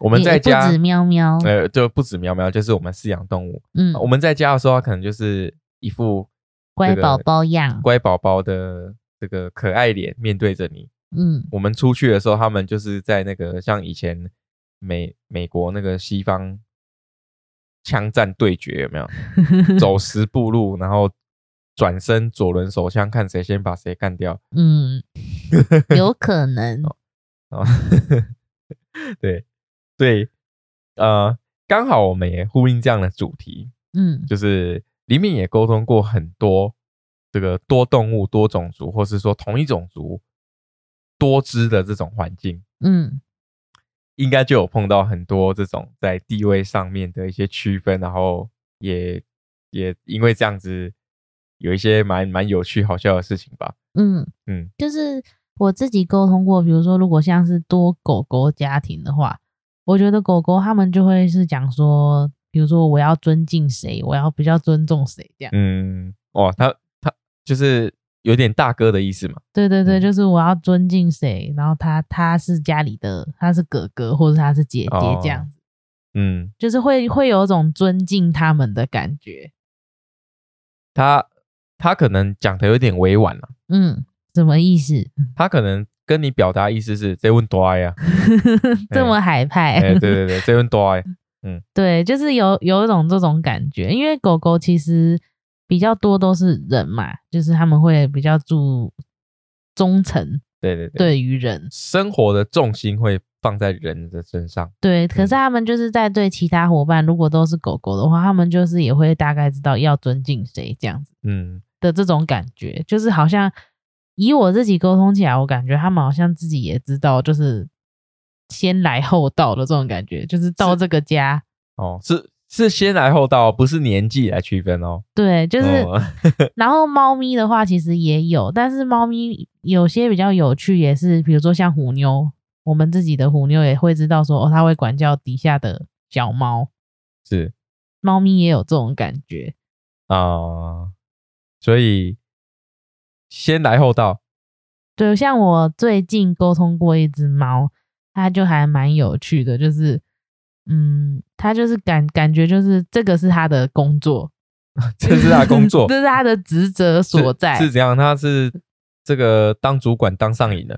[SPEAKER 2] 我
[SPEAKER 1] 们在家
[SPEAKER 2] 不止喵喵，
[SPEAKER 1] 呃就不止喵喵，就是我们饲养动物，
[SPEAKER 2] 嗯，
[SPEAKER 1] 我们在家的时候，它可能就是一副
[SPEAKER 2] 乖
[SPEAKER 1] 这个
[SPEAKER 2] 宝宝样
[SPEAKER 1] 乖宝宝的这个可爱脸面对着你。
[SPEAKER 2] 嗯
[SPEAKER 1] 我们出去的时候，他们就是在那个像以前美美国那个西方枪战对决有没有？走十步路，然后转身左轮手枪，看谁先把谁干掉。
[SPEAKER 2] 嗯，有可能，
[SPEAKER 1] 啊，对对，呃，刚好我们也呼应这样的主题，
[SPEAKER 2] 嗯
[SPEAKER 1] 就是里面也沟通过很多这个多动物、多种族，或是说同一种族多只的这种环境。
[SPEAKER 2] 嗯
[SPEAKER 1] 应该就有碰到很多这种在地位上面的一些区分，然后也也因为这样子有一些蛮蛮有趣好笑的事情吧。
[SPEAKER 2] 嗯
[SPEAKER 1] 嗯，
[SPEAKER 2] 就是我自己沟通过，比如说如果像是多狗狗家庭的话，我觉得狗狗他们就会是讲说，比如说我要尊敬谁，我要比较尊重谁这样。
[SPEAKER 1] 嗯，哇，他他就是有点大哥的意思嘛。
[SPEAKER 2] 对对对，
[SPEAKER 1] 嗯
[SPEAKER 2] 就是我要尊敬谁，然后他他是家里的，他是哥哥或者他是姐姐
[SPEAKER 1] 哦
[SPEAKER 2] 这样子，
[SPEAKER 1] 嗯，
[SPEAKER 2] 就是会会有一种尊敬他们的感觉。
[SPEAKER 1] 他他可能讲的有点委婉了、
[SPEAKER 2] 嗯，什么意思？
[SPEAKER 1] 他可能跟你表达意思是这问多呀，
[SPEAKER 2] 这么海
[SPEAKER 1] 哎、
[SPEAKER 2] 派？
[SPEAKER 1] 嗯对对对，这问多呀，
[SPEAKER 2] 对，就是有有一种这种感觉，因为狗狗其实比较多都是人嘛，就是他们会比较注忠诚
[SPEAKER 1] 对对对，
[SPEAKER 2] 对于人，
[SPEAKER 1] 生活的重心会放在人的身上。
[SPEAKER 2] 对。可是他们就是在对其他伙伴，如果都是狗狗的话，他们就是也会大概知道要尊敬谁这样子
[SPEAKER 1] 嗯，
[SPEAKER 2] 的这种感觉，就是好像以我自己沟通起来，我感觉他们好像自己也知道，就是先来后到的这种感觉，就是到这个家，
[SPEAKER 1] 哦，是是先来后到，不是年纪来区分哦。
[SPEAKER 2] 对，就是。
[SPEAKER 1] 哦
[SPEAKER 2] 然后猫咪的话，其实也有，但是猫咪有些比较有趣，也是比如说像虎妞，我们自己的虎妞也会知道说，哦，它会管教底下的小猫，
[SPEAKER 1] 是
[SPEAKER 2] 猫咪也有这种感觉。
[SPEAKER 1] 啊、所以先来后到，
[SPEAKER 2] 对，像我最近沟通过一只猫，它就还蛮有趣的，就是，嗯，它就是感感觉就是这个是它的工作，
[SPEAKER 1] 这是他的工作
[SPEAKER 2] 这是它的职责所在，
[SPEAKER 1] 是是怎样？他是这个当主管当上 瘾了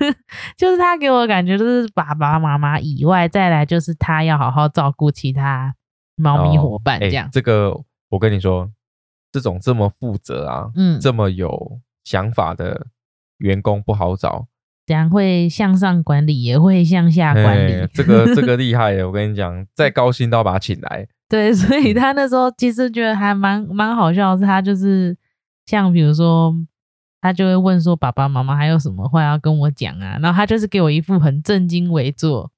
[SPEAKER 2] 就是它给我的感觉就是爸爸妈妈以外，再来就是它要好好照顾其他猫咪
[SPEAKER 1] 哦
[SPEAKER 2] 伙伴
[SPEAKER 1] 哎
[SPEAKER 2] 这样，
[SPEAKER 1] 这个我跟你说，这种这么负责啊，
[SPEAKER 2] 嗯，
[SPEAKER 1] 这么有想法的员工不好找。
[SPEAKER 2] 这样会向上管理，也会向下管理啊
[SPEAKER 1] 哎， 这个这个厉害了，我跟你讲，再高薪都要把他请来。
[SPEAKER 2] 对，所以他那时候其实觉得还蛮蛮好笑的是，他就是像比如说，他就会问说爸爸妈妈还有什么话要跟我讲啊，然后他就是给我一副很正襟危坐，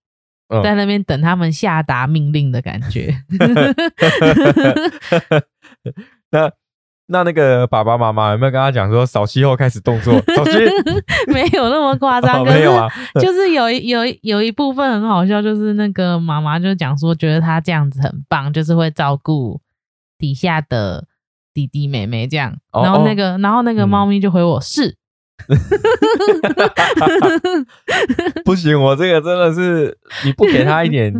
[SPEAKER 1] 嗯
[SPEAKER 2] 在那边等他们下达命令的感 觉。
[SPEAKER 1] 那那那个爸爸妈妈有没有跟他讲说，扫息后开始动 作，扫息
[SPEAKER 2] 没有那么夸张，
[SPEAKER 1] 哦
[SPEAKER 2] 可
[SPEAKER 1] 没
[SPEAKER 2] 是
[SPEAKER 1] 有 啊？
[SPEAKER 2] 就是有一有一有一部分很好笑，就是那个妈妈就讲说，觉得他这样子很棒，就是会照顾底下的弟弟妹妹这样。
[SPEAKER 1] 哦
[SPEAKER 2] 然后那个、然后那个
[SPEAKER 1] 嗯
[SPEAKER 2] 猫咪就回我、是，
[SPEAKER 1] 不行，我这个真的是你不给他一点，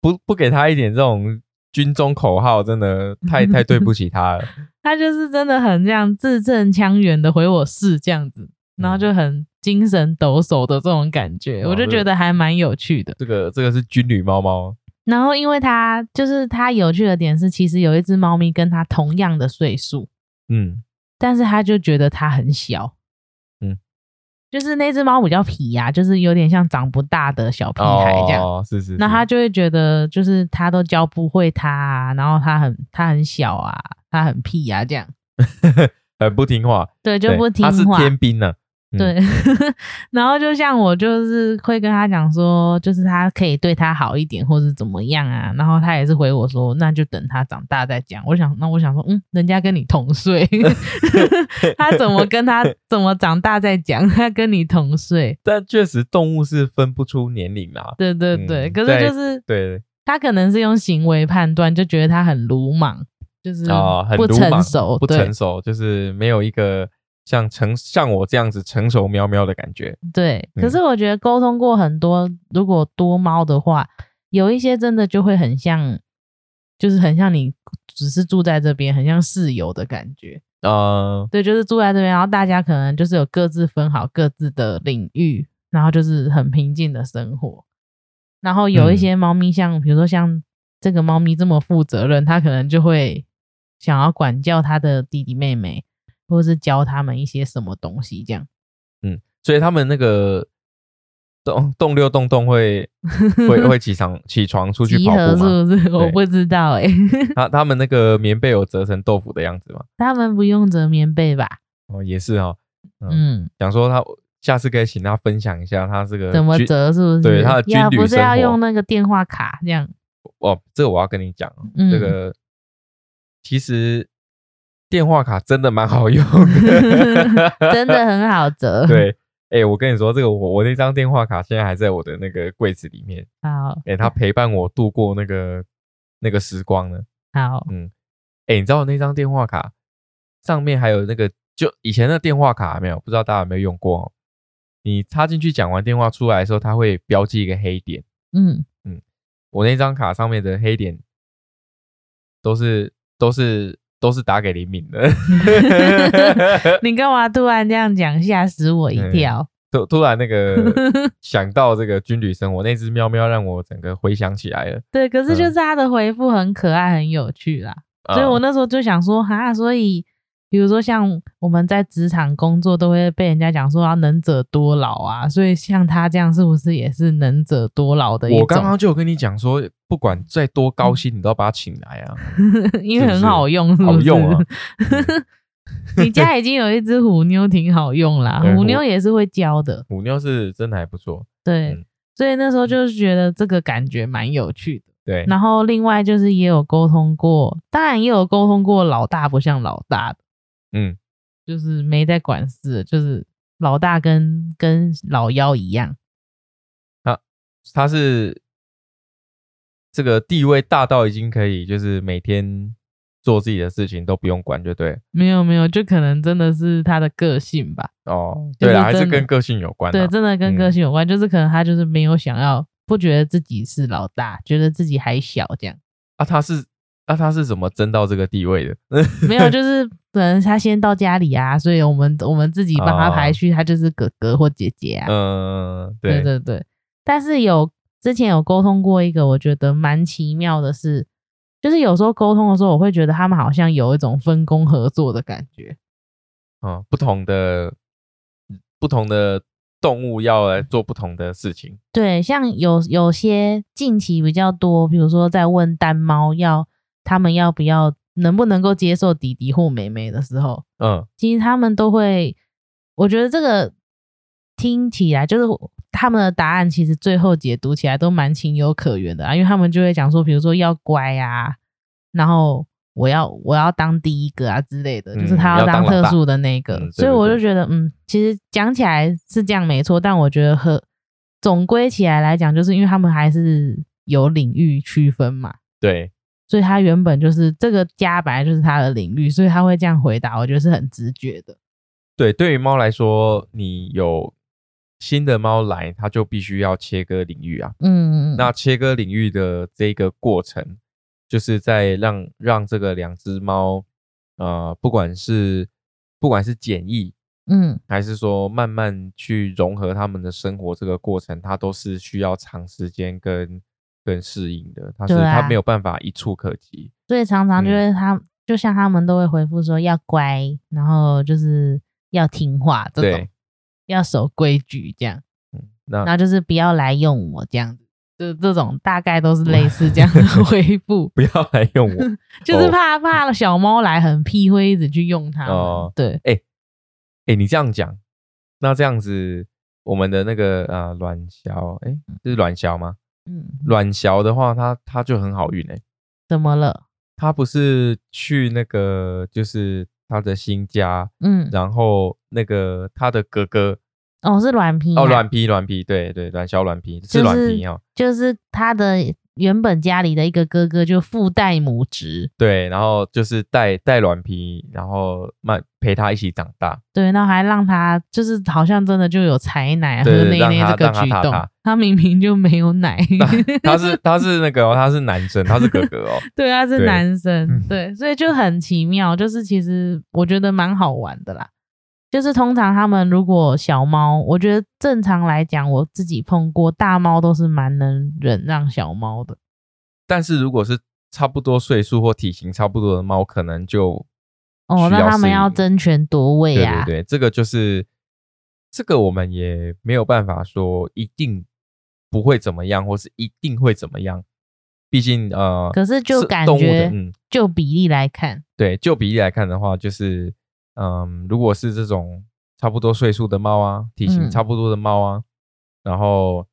[SPEAKER 1] 不不给他一点这种军中口号，真的 太太对不起他了。
[SPEAKER 2] 他就是真的很这样字正腔圆的回我是这样子，
[SPEAKER 1] 嗯
[SPEAKER 2] 然后就很精神抖擞的这种感觉，
[SPEAKER 1] 哇
[SPEAKER 2] 我就
[SPEAKER 1] 这
[SPEAKER 2] 觉得还蛮有趣的。
[SPEAKER 1] 这个这个是军旅猫猫，
[SPEAKER 2] 然后因为它就是它有趣的点是，其实有一只猫咪跟它同样的岁数，
[SPEAKER 1] 嗯，
[SPEAKER 2] 但是他就觉得它很小，
[SPEAKER 1] 嗯，
[SPEAKER 2] 就是那只猫比较皮呀、就是有点像长不大的小屁孩这样。
[SPEAKER 1] 哦、是是是，
[SPEAKER 2] 那他就会觉得，就是他都教不会它、啊，然后它很它很小啊，它很屁呀、这样，
[SPEAKER 1] 很呃不听话，
[SPEAKER 2] 对，就
[SPEAKER 1] 对
[SPEAKER 2] 不听
[SPEAKER 1] 他是
[SPEAKER 2] 话。
[SPEAKER 1] 天兵呢、嗯
[SPEAKER 2] 对，然后就像我就是会跟他讲说，就是他可以对他好一点，或者怎么样啊。然后他也是回我说，那就等他长大再讲。我想，那我想说，嗯，人家跟你同岁， 他怎么跟他怎么长大再讲？他跟你同岁，
[SPEAKER 1] 但确实动物是分不出年龄啦。
[SPEAKER 2] 对对对。
[SPEAKER 1] 嗯
[SPEAKER 2] 可
[SPEAKER 1] 在
[SPEAKER 2] 是就是
[SPEAKER 1] 对，
[SPEAKER 2] 他可能是用行为判断，就觉得他很鲁莽，就是
[SPEAKER 1] 啊、很
[SPEAKER 2] 不
[SPEAKER 1] 鲁莽
[SPEAKER 2] 成熟，
[SPEAKER 1] 不
[SPEAKER 2] 哦对
[SPEAKER 1] 成熟，就是没有一个像成像我这样子成熟喵喵的感觉。
[SPEAKER 2] 对，可
[SPEAKER 1] 嗯
[SPEAKER 2] 是我觉得沟通过很多，如果多猫的话，有一些真的就会很像，就是很像你只是住在这边，很像室友的感觉。
[SPEAKER 1] 呃，
[SPEAKER 2] 对，就是住在这边，然后大家可能就是有各自分好各自的领域，然后就是很平静的生活。然后有一
[SPEAKER 1] 嗯
[SPEAKER 2] 些猫咪像，比如说像这个猫咪这么负责任，它可能就会想要管教它的弟弟妹妹，或是教他们一些什么东西这样。
[SPEAKER 1] 所以他们那个动动六动动 会会会起床起床出去
[SPEAKER 2] 集
[SPEAKER 1] 跑
[SPEAKER 2] 合
[SPEAKER 1] 步吗？
[SPEAKER 2] 是不是？ 我不知道哎、
[SPEAKER 1] 他他们那个棉被有折成豆腐的样子吗？
[SPEAKER 2] 他们不用折棉被吧？
[SPEAKER 1] 哦，也是哈、哦，
[SPEAKER 2] 嗯，
[SPEAKER 1] 想说他下次可以请他分享一下他这个
[SPEAKER 2] 怎么
[SPEAKER 1] 军
[SPEAKER 2] 折是不是？
[SPEAKER 1] 对他的军
[SPEAKER 2] 要
[SPEAKER 1] 旅
[SPEAKER 2] 不是
[SPEAKER 1] 生
[SPEAKER 2] 要
[SPEAKER 1] 活
[SPEAKER 2] 用那个电话卡这样？
[SPEAKER 1] 哦，这个我要跟你讲哦，
[SPEAKER 2] 嗯
[SPEAKER 1] 这个其实电话卡真的蛮好用的，
[SPEAKER 2] 真的很好折。，
[SPEAKER 1] 对。哎、我跟你说，这个我我那张电话卡现在还在我的那个柜子里面，
[SPEAKER 2] 好
[SPEAKER 1] 哎、它陪伴我度过那个那个时光呢。
[SPEAKER 2] 好，
[SPEAKER 1] 哎、你知道那张电话卡上面还有那个，就以前的电话卡有没有？不知道大家有没有用过、哦？你插进去讲完电话出来的时候，它会标记一个黑点。
[SPEAKER 2] 嗯，
[SPEAKER 1] 我那张卡上面的黑点都是都是都是打给林敏的，
[SPEAKER 2] 你干嘛突然这样讲，吓死我一
[SPEAKER 1] 嗯
[SPEAKER 2] 跳？
[SPEAKER 1] 突突然那 个想到这个军旅生活，那只喵喵让我整个回想起来了。
[SPEAKER 2] 对，可是就
[SPEAKER 1] 嗯
[SPEAKER 2] 是他的回复很可爱，很有趣啦。所以我
[SPEAKER 1] 那
[SPEAKER 2] 那时候就想说，哈，所以比如说像我们在职场工作，都会被人家讲说要能者多劳啊，所以像他这样是不是也是能者多劳的一种？嗯
[SPEAKER 1] 我刚刚就有跟你讲说，不管再多高薪，你都要把它请来啊，
[SPEAKER 2] 因
[SPEAKER 1] 是
[SPEAKER 2] 为
[SPEAKER 1] 不
[SPEAKER 2] 很
[SPEAKER 1] 是
[SPEAKER 2] 好用，是不
[SPEAKER 1] 好用 啊
[SPEAKER 2] 是！你家已经有一只虎妞，挺好用啦
[SPEAKER 1] 对。
[SPEAKER 2] 虎妞也是会教的，
[SPEAKER 1] 虎妞是真的还不错，
[SPEAKER 2] 对。
[SPEAKER 1] 嗯
[SPEAKER 2] 所以那时候就是觉得这个感觉蛮有趣的。
[SPEAKER 1] 对，
[SPEAKER 2] 然后另外就是也有沟通过，当然也有沟通过老大不像老大的，
[SPEAKER 1] 嗯，
[SPEAKER 2] 就是没在管事，就是老大跟跟老幺一样。
[SPEAKER 1] 他是这个地位大到已经可以，就是每天做自己的事情，都不用管，就对。
[SPEAKER 2] 没有没有，就可能真的是他的个性吧。
[SPEAKER 1] 哦，
[SPEAKER 2] 就
[SPEAKER 1] 对
[SPEAKER 2] 是
[SPEAKER 1] 啦，还是
[SPEAKER 2] 真的
[SPEAKER 1] 跟个性有关啦。
[SPEAKER 2] 对，真的跟
[SPEAKER 1] 嗯
[SPEAKER 2] 个性有关，就是可能他就是没有想要，不觉得自己是老大，觉得自己还小这样。
[SPEAKER 1] 啊，他是啊，他是怎么争到这个地位的？
[SPEAKER 2] 没有，就是可能他先到家里啊，所以我们我们自己帮他排序，他就是哥哥或姐姐啊。
[SPEAKER 1] 嗯，
[SPEAKER 2] 对对对。但是有之前有沟通过一个，我觉得蛮奇妙的是，就是有时候沟通的时候，我会觉得他们好像有一种分工合作的感觉。
[SPEAKER 1] 嗯，不同的不同的动物要来做不同的事情。
[SPEAKER 2] 对，像有有些近期比较多，比如说在问单猫要他们要不要能不能够接受弟弟或妹妹的时候，
[SPEAKER 1] 嗯
[SPEAKER 2] 其实他们都会，我觉得这个听起来就是他们的答案，其实最后解读起来都蛮情有可原的啊，因为他们就会讲说，比如说要乖啊，然后我要我要当第一个啊之类的，
[SPEAKER 1] 嗯
[SPEAKER 2] 就是他
[SPEAKER 1] 要当
[SPEAKER 2] 当特
[SPEAKER 1] 老大
[SPEAKER 2] 殊的那个，
[SPEAKER 1] 嗯对
[SPEAKER 2] 所以我
[SPEAKER 1] 对
[SPEAKER 2] 就觉得，嗯，其实讲起来是这样没错，但我觉得和总归起来来讲，就是因为他们还是有领域区分嘛，
[SPEAKER 1] 对，
[SPEAKER 2] 所以他原本就是这个家本来就是他的领域，所以他会这样回答，我觉得是很直觉的。
[SPEAKER 1] 对，对于猫来说，你有新的猫来，它就必须要切割领域啊。
[SPEAKER 2] 嗯，
[SPEAKER 1] 那切割领域的这个过程，就是在让让这个两只猫，呃，不管是不管是检疫，
[SPEAKER 2] 嗯
[SPEAKER 1] 还是说慢慢去融合他们的生活这个过程，它都是需要长时间跟跟适应的，它是、
[SPEAKER 2] 对啊
[SPEAKER 1] 它没有办法一触可及。
[SPEAKER 2] 所以常常
[SPEAKER 1] 嗯
[SPEAKER 2] 就是他，就像他们都会回复说要乖，然后就是要听话这种
[SPEAKER 1] 对，，
[SPEAKER 2] 要守规矩这样，
[SPEAKER 1] 嗯，那
[SPEAKER 2] 然后就是不要来用我这样子，就这种大概都是
[SPEAKER 1] 嗯
[SPEAKER 2] 类似这样 的 回复，
[SPEAKER 1] 不要来用 我
[SPEAKER 2] 就是
[SPEAKER 1] 哦
[SPEAKER 2] 怕怕小猫来很屁，会一直去用它们。
[SPEAKER 1] 哦
[SPEAKER 2] 对，
[SPEAKER 1] 哎、你这样讲，那这样子，我们的那个呃卵巢，哎、这是卵巢吗？
[SPEAKER 2] 嗯，
[SPEAKER 1] 卵巢的话，它它就很好运哎、
[SPEAKER 2] 怎么了？
[SPEAKER 1] 它不是去那个就是它的新家，
[SPEAKER 2] 嗯，
[SPEAKER 1] 然后那个它的哥哥
[SPEAKER 2] 哦，是卵皮、啊、
[SPEAKER 1] 哦，卵皮卵皮，对对，卵巢卵皮
[SPEAKER 2] 就是
[SPEAKER 1] 是卵皮哦，
[SPEAKER 2] 就是他的原本家里的一个哥哥就父代母职，
[SPEAKER 1] 对，然后就是带带卵皮，然后慢陪它一起长大，
[SPEAKER 2] 对，那还让他就是好像真的就有采奶啊喝
[SPEAKER 1] 对
[SPEAKER 2] 内
[SPEAKER 1] 让
[SPEAKER 2] 内
[SPEAKER 1] 他
[SPEAKER 2] 这个
[SPEAKER 1] 让他
[SPEAKER 2] 举
[SPEAKER 1] 踏
[SPEAKER 2] 动
[SPEAKER 1] 踏，
[SPEAKER 2] 他明明就没有 奶，
[SPEAKER 1] 它是它是那个哦，它是男生，它是哥哥 哦，
[SPEAKER 2] 对，他是
[SPEAKER 1] 对
[SPEAKER 2] 男生
[SPEAKER 1] 嗯，
[SPEAKER 2] 对，所以就很奇妙，就是其实我觉得蛮好玩的啦。就是通常他们如果小猫，我觉得正常来讲，我自己碰过大猫都是蛮能忍让小猫的，
[SPEAKER 1] 但是如果是差不多岁数或体型差不多的猫，可能就
[SPEAKER 2] 哦，
[SPEAKER 1] 需
[SPEAKER 2] 那
[SPEAKER 1] 要
[SPEAKER 2] 他们
[SPEAKER 1] 适
[SPEAKER 2] 要
[SPEAKER 1] 应
[SPEAKER 2] 争权夺位
[SPEAKER 1] 对
[SPEAKER 2] 啊，
[SPEAKER 1] 对对，这个就是这个我们也没有办法说一定不会怎么样，或是一定会怎么样。毕竟呃，
[SPEAKER 2] 可是就是感
[SPEAKER 1] 动物的
[SPEAKER 2] 觉
[SPEAKER 1] 嗯，
[SPEAKER 2] 就比例来看，
[SPEAKER 1] 对，就比例来看的话，就是嗯、如果是这种差不多岁数的猫啊，体型
[SPEAKER 2] 嗯
[SPEAKER 1] 差不多的猫啊，然后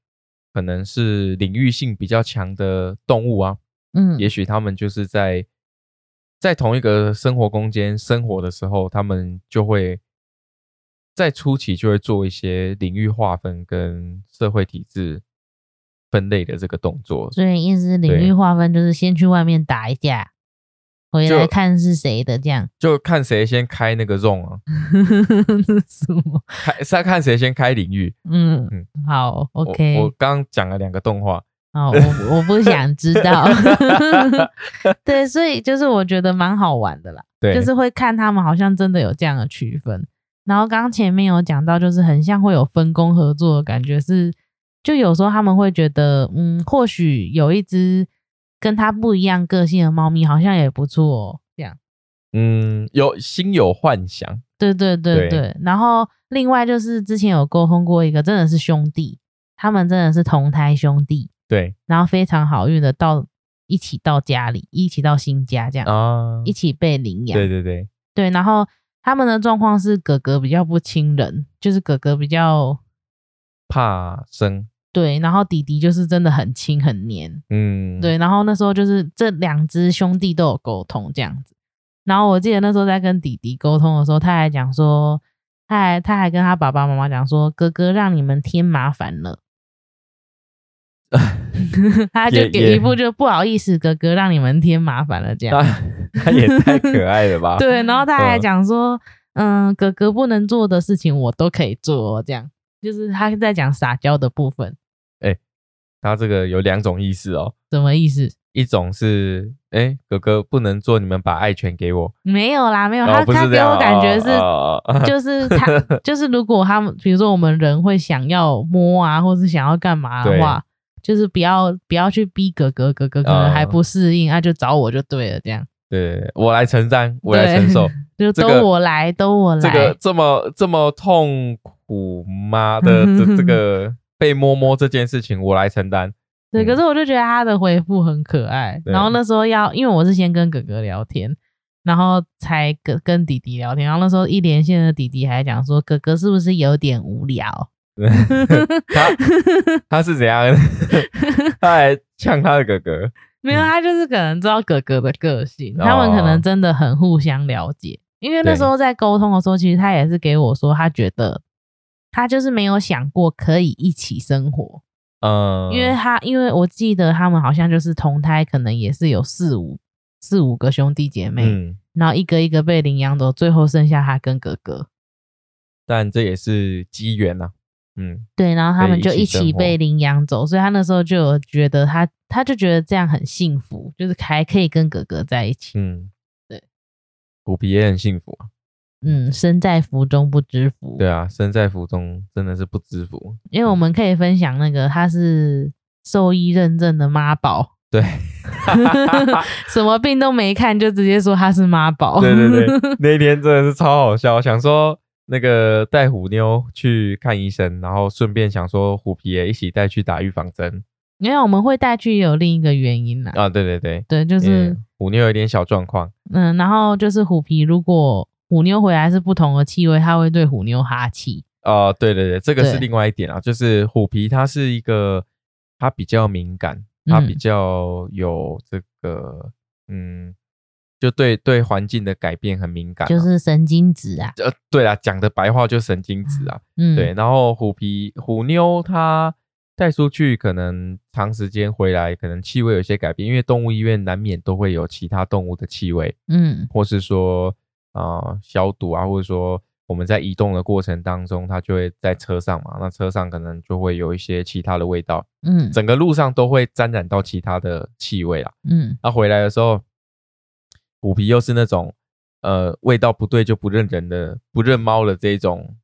[SPEAKER 1] 可能是领域性比较强的动物啊，
[SPEAKER 2] 嗯，
[SPEAKER 1] 也许他们就是在在同一个生活空间生活的时候，他们就会在初期就会做一些领域划分跟社会体制分类的这个动作。
[SPEAKER 2] 所以意思领
[SPEAKER 1] 对
[SPEAKER 2] 域划分就是先去外面打一架，回来
[SPEAKER 1] 就
[SPEAKER 2] 看是谁的 这样。
[SPEAKER 1] 就看谁先开那个 zone 啊，
[SPEAKER 2] 这是什么？
[SPEAKER 1] 开是要看谁先开领域。
[SPEAKER 2] 嗯
[SPEAKER 1] 嗯
[SPEAKER 2] 好
[SPEAKER 1] 我
[SPEAKER 2] ，OK，
[SPEAKER 1] 我刚刚讲了两个动画，
[SPEAKER 2] 好，我我不想知道。 对，所以就是我觉得蛮好玩的啦，
[SPEAKER 1] 对，
[SPEAKER 2] 就是会看他们好像真的有这样的区分。然后刚刚前面有讲到，就是很像会有分工合作的感觉是，就有时候他们会觉得，嗯，或许有一只跟他不一样个性的猫咪好像也不错、哦，这样。
[SPEAKER 1] 嗯，有心有幻想，
[SPEAKER 2] 对对对对。
[SPEAKER 1] 对
[SPEAKER 2] 然后另外就是之前有沟通过一个，真的是兄弟，他们真的是同胎兄弟，
[SPEAKER 1] 对
[SPEAKER 2] 然后非常好运的到一起到家里，一起到新家这样，
[SPEAKER 1] 啊
[SPEAKER 2] 一，起被领养。
[SPEAKER 1] 对对对，
[SPEAKER 2] 对然后他们的状况是哥哥比较不亲人，就是哥哥比较
[SPEAKER 1] 怕生，
[SPEAKER 2] 对，然后弟弟就是真的很亲很黏。
[SPEAKER 1] 嗯，
[SPEAKER 2] 对，然后那时候就是这两只兄弟都有沟通这样子。然后我记得那时候在跟弟弟沟通的时候，他还讲说，他还他还跟 他爸爸妈妈讲说，哥哥让你们添麻烦了。他就
[SPEAKER 1] 也
[SPEAKER 2] 给
[SPEAKER 1] 也
[SPEAKER 2] 一副就不好意思，哥哥让你们添麻烦了这样
[SPEAKER 1] 他。他也太可爱了吧？
[SPEAKER 2] 对，然后他还
[SPEAKER 1] 嗯
[SPEAKER 2] 讲说，嗯，哥哥不能做的事情我都可以做，哦这样就是他在讲撒娇的部分，
[SPEAKER 1] 哎他这个有两种意思哦，
[SPEAKER 2] 什么意思？
[SPEAKER 1] 一种是哎、诶哥哥不能做，你们把爱全给我。
[SPEAKER 2] 没有啦，没有，
[SPEAKER 1] 哦
[SPEAKER 2] 他
[SPEAKER 1] 不
[SPEAKER 2] 他
[SPEAKER 1] 是这
[SPEAKER 2] 给
[SPEAKER 1] 样
[SPEAKER 2] 我感觉是，
[SPEAKER 1] 哦哦哦 哦
[SPEAKER 2] 就是他就是如果他们比如说我们人会想要摸啊，或是想要干嘛的
[SPEAKER 1] 对
[SPEAKER 2] 话，就是不要不要去逼哥哥，哥哥可能还
[SPEAKER 1] 嗯
[SPEAKER 2] 不适应，那、啊就找我就对了，这样
[SPEAKER 1] 对我来承担，我来承受。
[SPEAKER 2] 就
[SPEAKER 1] 这
[SPEAKER 2] 都
[SPEAKER 1] 个
[SPEAKER 2] 我来，都我来，
[SPEAKER 1] 这个这么这么痛苦吗的
[SPEAKER 2] 嗯
[SPEAKER 1] 这这个被摸摸这件事情，我来承 担。
[SPEAKER 2] 对，
[SPEAKER 1] 嗯
[SPEAKER 2] 可是我就觉得他的回复很可爱。
[SPEAKER 1] 对
[SPEAKER 2] 然后那时候要，因为我是先跟哥哥聊天，然后才跟跟弟弟聊天。然后那时候一连线的弟弟还讲说，哥哥是不是有点无聊？
[SPEAKER 1] 他他是怎 样？他还呛他的哥哥。
[SPEAKER 2] 没有，他就是可能知道哥哥的个性，
[SPEAKER 1] 嗯哦
[SPEAKER 2] 他们可能真的很互相了解。因为那时候在沟通的时候，其实他也是给我说，他觉得他就是没有想过可以一起生活，
[SPEAKER 1] 嗯，
[SPEAKER 2] 因为他因为我记得他们好像就是同胎，可能也是有四五四五个兄弟姐妹。
[SPEAKER 1] 嗯，
[SPEAKER 2] 然后一个一个被领养走，最后剩下他跟哥哥。
[SPEAKER 1] 但这也是机缘呐。嗯，
[SPEAKER 2] 对，然后他们就
[SPEAKER 1] 被一
[SPEAKER 2] 一
[SPEAKER 1] 起生
[SPEAKER 2] 起被领养走，所以他那时候就有觉得他，他就觉得这样很幸福，就是还可以跟哥哥在一起。
[SPEAKER 1] 嗯，
[SPEAKER 2] 对，
[SPEAKER 1] 虎皮也很幸福啊。
[SPEAKER 2] 嗯，身在福中不知福。
[SPEAKER 1] 对，啊，身在福中真的是不知福。
[SPEAKER 2] 因为我们可以分享那个他是兽医认证的妈宝，
[SPEAKER 1] 对，
[SPEAKER 2] 什么病都没看就直接说他是妈宝。
[SPEAKER 1] 对对 对，那一天真的是超好笑，想说那个带虎妞去看医生，然后顺便想说虎皮也一起带去打预防针
[SPEAKER 2] 因为我们会带去也有另一个原因啦。
[SPEAKER 1] 啊，对对对，
[SPEAKER 2] 对，就
[SPEAKER 1] 就是虎妞有点小状况，
[SPEAKER 2] 嗯，然后就是虎皮，如果虎妞回来是不同的气味，它会对虎妞哈气。
[SPEAKER 1] 哦、对对对，这个
[SPEAKER 2] 对
[SPEAKER 1] 是另外一点啊，就是虎皮它是一个，它比较敏感，它比
[SPEAKER 2] 嗯
[SPEAKER 1] 较有这个，嗯，就对对环境的改变很敏感、啊，
[SPEAKER 2] 就是神经质啊。
[SPEAKER 1] 呃，对啦，讲的白话就神经质啊，
[SPEAKER 2] 嗯，
[SPEAKER 1] 对，，然后虎皮虎妞它带出去，可能长时间回来，可能气味有些改变，因为动物医院难免都会有其他动物的气味，
[SPEAKER 2] 嗯
[SPEAKER 1] 或是说啊、呃消毒啊，或者说我们在移动的过程当中，它就会在车上嘛，那车上可能就会有一些其他的味道，
[SPEAKER 2] 嗯
[SPEAKER 1] 整个路上都会沾染到其他的气味啦。
[SPEAKER 2] 嗯
[SPEAKER 1] 那回来的时候，虎皮又是那种呃味道不对就不认人的、不认猫的这种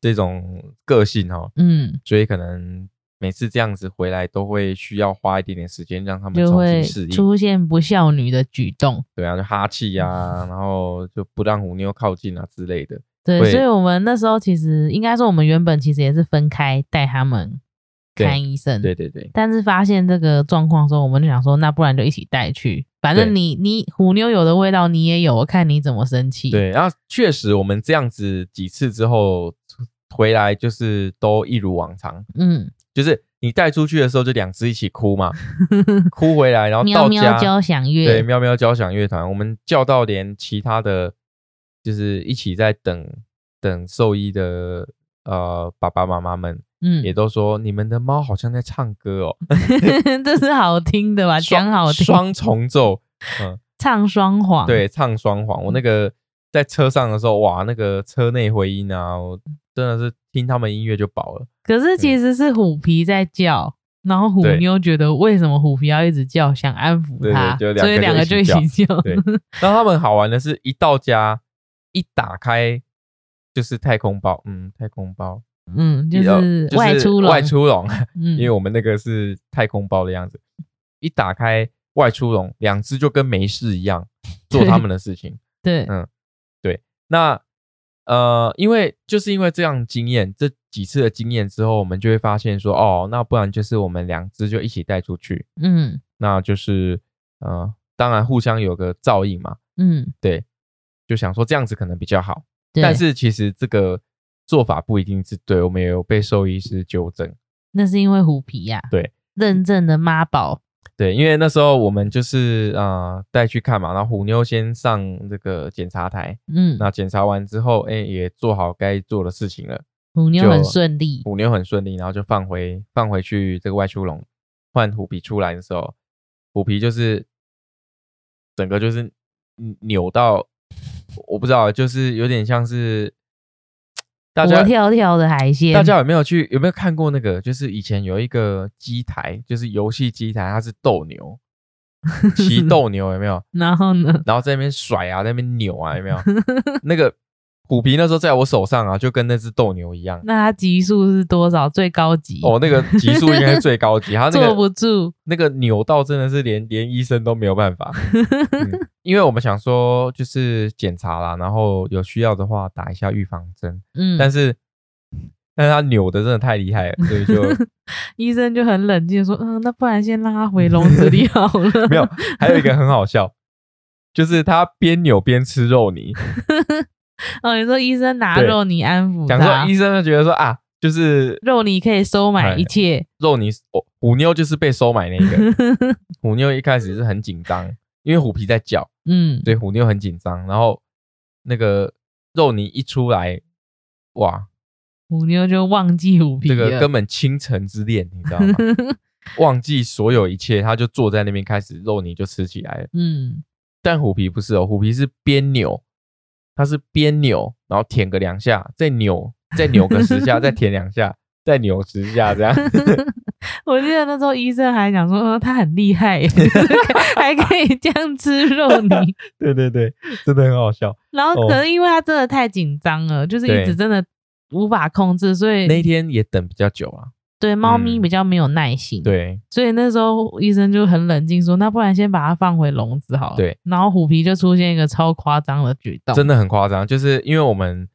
[SPEAKER 1] 这种个性哦，
[SPEAKER 2] 嗯，
[SPEAKER 1] 所以可能每次这样子回来都会需要花一点点时间让他们
[SPEAKER 2] 嗯就
[SPEAKER 1] 重
[SPEAKER 2] 会
[SPEAKER 1] 新适应。
[SPEAKER 2] 出现不孝女的举动。
[SPEAKER 1] 对啊，就哈气呀、
[SPEAKER 2] 嗯
[SPEAKER 1] 啊，然后就不让虎妞靠近啊之类的。
[SPEAKER 2] 对，
[SPEAKER 1] 会
[SPEAKER 2] 所以我们那时候其实应该说，我们原本其实也是分开带他们
[SPEAKER 1] 对
[SPEAKER 2] 看医生。
[SPEAKER 1] 对对对，
[SPEAKER 2] 但是发现这个状况之后，我们就想说，那不然就一起带去，反正
[SPEAKER 1] 对
[SPEAKER 2] 你你虎妞有的味道你也有，我看你怎么生气。
[SPEAKER 1] 对，然后确实我们这样子几次之后回来，就是都一如往常，
[SPEAKER 2] 嗯，
[SPEAKER 1] 就是你带出去的时候就两只一起哭 嘛，哭回来，然后
[SPEAKER 2] 喵
[SPEAKER 1] 到
[SPEAKER 2] 喵
[SPEAKER 1] 家
[SPEAKER 2] 交响乐，
[SPEAKER 1] 对喵喵交响乐团，我们叫到连其他的，就是一起在等等兽医的呃爸爸妈妈们
[SPEAKER 2] 嗯，
[SPEAKER 1] 也都说，你们的猫好像在唱歌哦，
[SPEAKER 2] 这是好听的吧？
[SPEAKER 1] 双
[SPEAKER 2] 讲好听，
[SPEAKER 1] 双重奏，嗯，
[SPEAKER 2] 唱双簧，，
[SPEAKER 1] 对，唱双簧。我那个在车上的时候，哇，那个车内回音啊，我真的是听他们音乐就饱了。
[SPEAKER 2] 可是其实是虎皮在叫。然后虎
[SPEAKER 1] 对
[SPEAKER 2] 妞觉得为什么虎皮要一直叫，想安抚它，
[SPEAKER 1] 对对就
[SPEAKER 2] 所以两
[SPEAKER 1] 两
[SPEAKER 2] 个
[SPEAKER 1] 个就
[SPEAKER 2] 就一
[SPEAKER 1] 一起
[SPEAKER 2] 起叫。
[SPEAKER 1] 对那他们好玩的是，一到家一打开就是太空包，嗯，太空包
[SPEAKER 2] 嗯，就
[SPEAKER 1] 要
[SPEAKER 2] 是外出笼，
[SPEAKER 1] 外，出笼，
[SPEAKER 2] 嗯，
[SPEAKER 1] 因为我们那个是太空包的样子，一打开外出笼，两只就跟没事一 样做他们的事情。
[SPEAKER 2] 对，
[SPEAKER 1] 那呃，因为就是因为这样经验，这几次的经验之后，我们就会发现说，哦，那不然就是我们两只就一起带出去，
[SPEAKER 2] 嗯
[SPEAKER 1] 那就是呃，当然互相有个照应嘛，
[SPEAKER 2] 嗯，
[SPEAKER 1] 对，就想说这样子可能比较好。
[SPEAKER 2] 对
[SPEAKER 1] 但是其实这个做法不一定是对，我们也有被兽医师纠正。
[SPEAKER 2] 那是因为虎皮呀，
[SPEAKER 1] 对，
[SPEAKER 2] 认证的妈宝，
[SPEAKER 1] 对，因为那时候我们就是呃带去看嘛，然后虎妞先上这个检查台，
[SPEAKER 2] 嗯，
[SPEAKER 1] 那检查完之后，哎、也做好该做的事情了，
[SPEAKER 2] 虎妞
[SPEAKER 1] 就
[SPEAKER 2] 很顺利，
[SPEAKER 1] 虎妞很顺利，然后就放回放回去这个外出笼。换虎皮出来的时候，虎皮就是整个就是扭到，我不知道，就是有点像是大家
[SPEAKER 2] 活跳跳的海鲜，
[SPEAKER 1] 大家有没有去有没有看过那个？就是以前有一个机台，就是游戏机台，它是斗 牛，骑斗牛有没有？
[SPEAKER 2] 然后 呢？
[SPEAKER 1] 然后在那边甩啊，在那边扭啊，有没 有？那个虎皮那时候在我手上啊，就跟那只斗牛一 样。
[SPEAKER 2] 那它级数是多少？最高级
[SPEAKER 1] 哦，那个级数应该是最高级，它那
[SPEAKER 2] 坐
[SPEAKER 1] 个
[SPEAKER 2] 不住，
[SPEAKER 1] 那个扭到真的是连连医生都没有 办法、嗯因为我们想说就是检查啦，然后有需要的话打一下预防针，
[SPEAKER 2] 嗯，
[SPEAKER 1] 但是但是他扭的真的太厉害了，所以就
[SPEAKER 2] 医生就很冷静地说，嗯，那不然先让它回笼子里好了。
[SPEAKER 1] 没有，还有一个很好笑，就是他边扭边吃肉 泥，
[SPEAKER 2] 哦，你说医生拿
[SPEAKER 1] 对
[SPEAKER 2] 肉泥安抚
[SPEAKER 1] 讲
[SPEAKER 2] 它
[SPEAKER 1] 说，医哎生就觉得说啊，就是
[SPEAKER 2] 肉泥可以收买一切，
[SPEAKER 1] 肉泥哦，虎妞就是被收买那一个， 虎妞一开始是很紧张，因为虎皮在叫，
[SPEAKER 2] 嗯，
[SPEAKER 1] 对，虎妞很紧张，然后那个肉泥一出来，哇，
[SPEAKER 2] 虎妞就忘记虎皮
[SPEAKER 1] 这
[SPEAKER 2] 了。
[SPEAKER 1] 个根本倾城之恋，你知道 吗？忘记所有一切，他就坐在那边开始肉泥就吃起来了。
[SPEAKER 2] 嗯，
[SPEAKER 1] 但虎皮不是哦，虎皮是边扭，它是边扭，然后舔个两下，再扭，再扭个十下，再舔两下，再扭十下，这样
[SPEAKER 2] 我记得那时候医生还讲说，呃，他很厉害耶， 还可以这样吃肉泥。
[SPEAKER 1] 对对对，真的很好笑。
[SPEAKER 2] 然后
[SPEAKER 1] 哦
[SPEAKER 2] 可能因为他真的太紧张了，就是一
[SPEAKER 1] 对
[SPEAKER 2] 直真的无法控制，所以
[SPEAKER 1] 那一天也等比较久啊，
[SPEAKER 2] 对猫咪
[SPEAKER 1] 嗯
[SPEAKER 2] 比较没有耐心。，
[SPEAKER 1] 对
[SPEAKER 2] 所以那时候医生就很冷静说，那不然先把它放回笼子好了。
[SPEAKER 1] 对，
[SPEAKER 2] 然后虎皮就出现一个超夸张的举动，
[SPEAKER 1] 真
[SPEAKER 2] 的，
[SPEAKER 1] 的很夸张，就是因为我们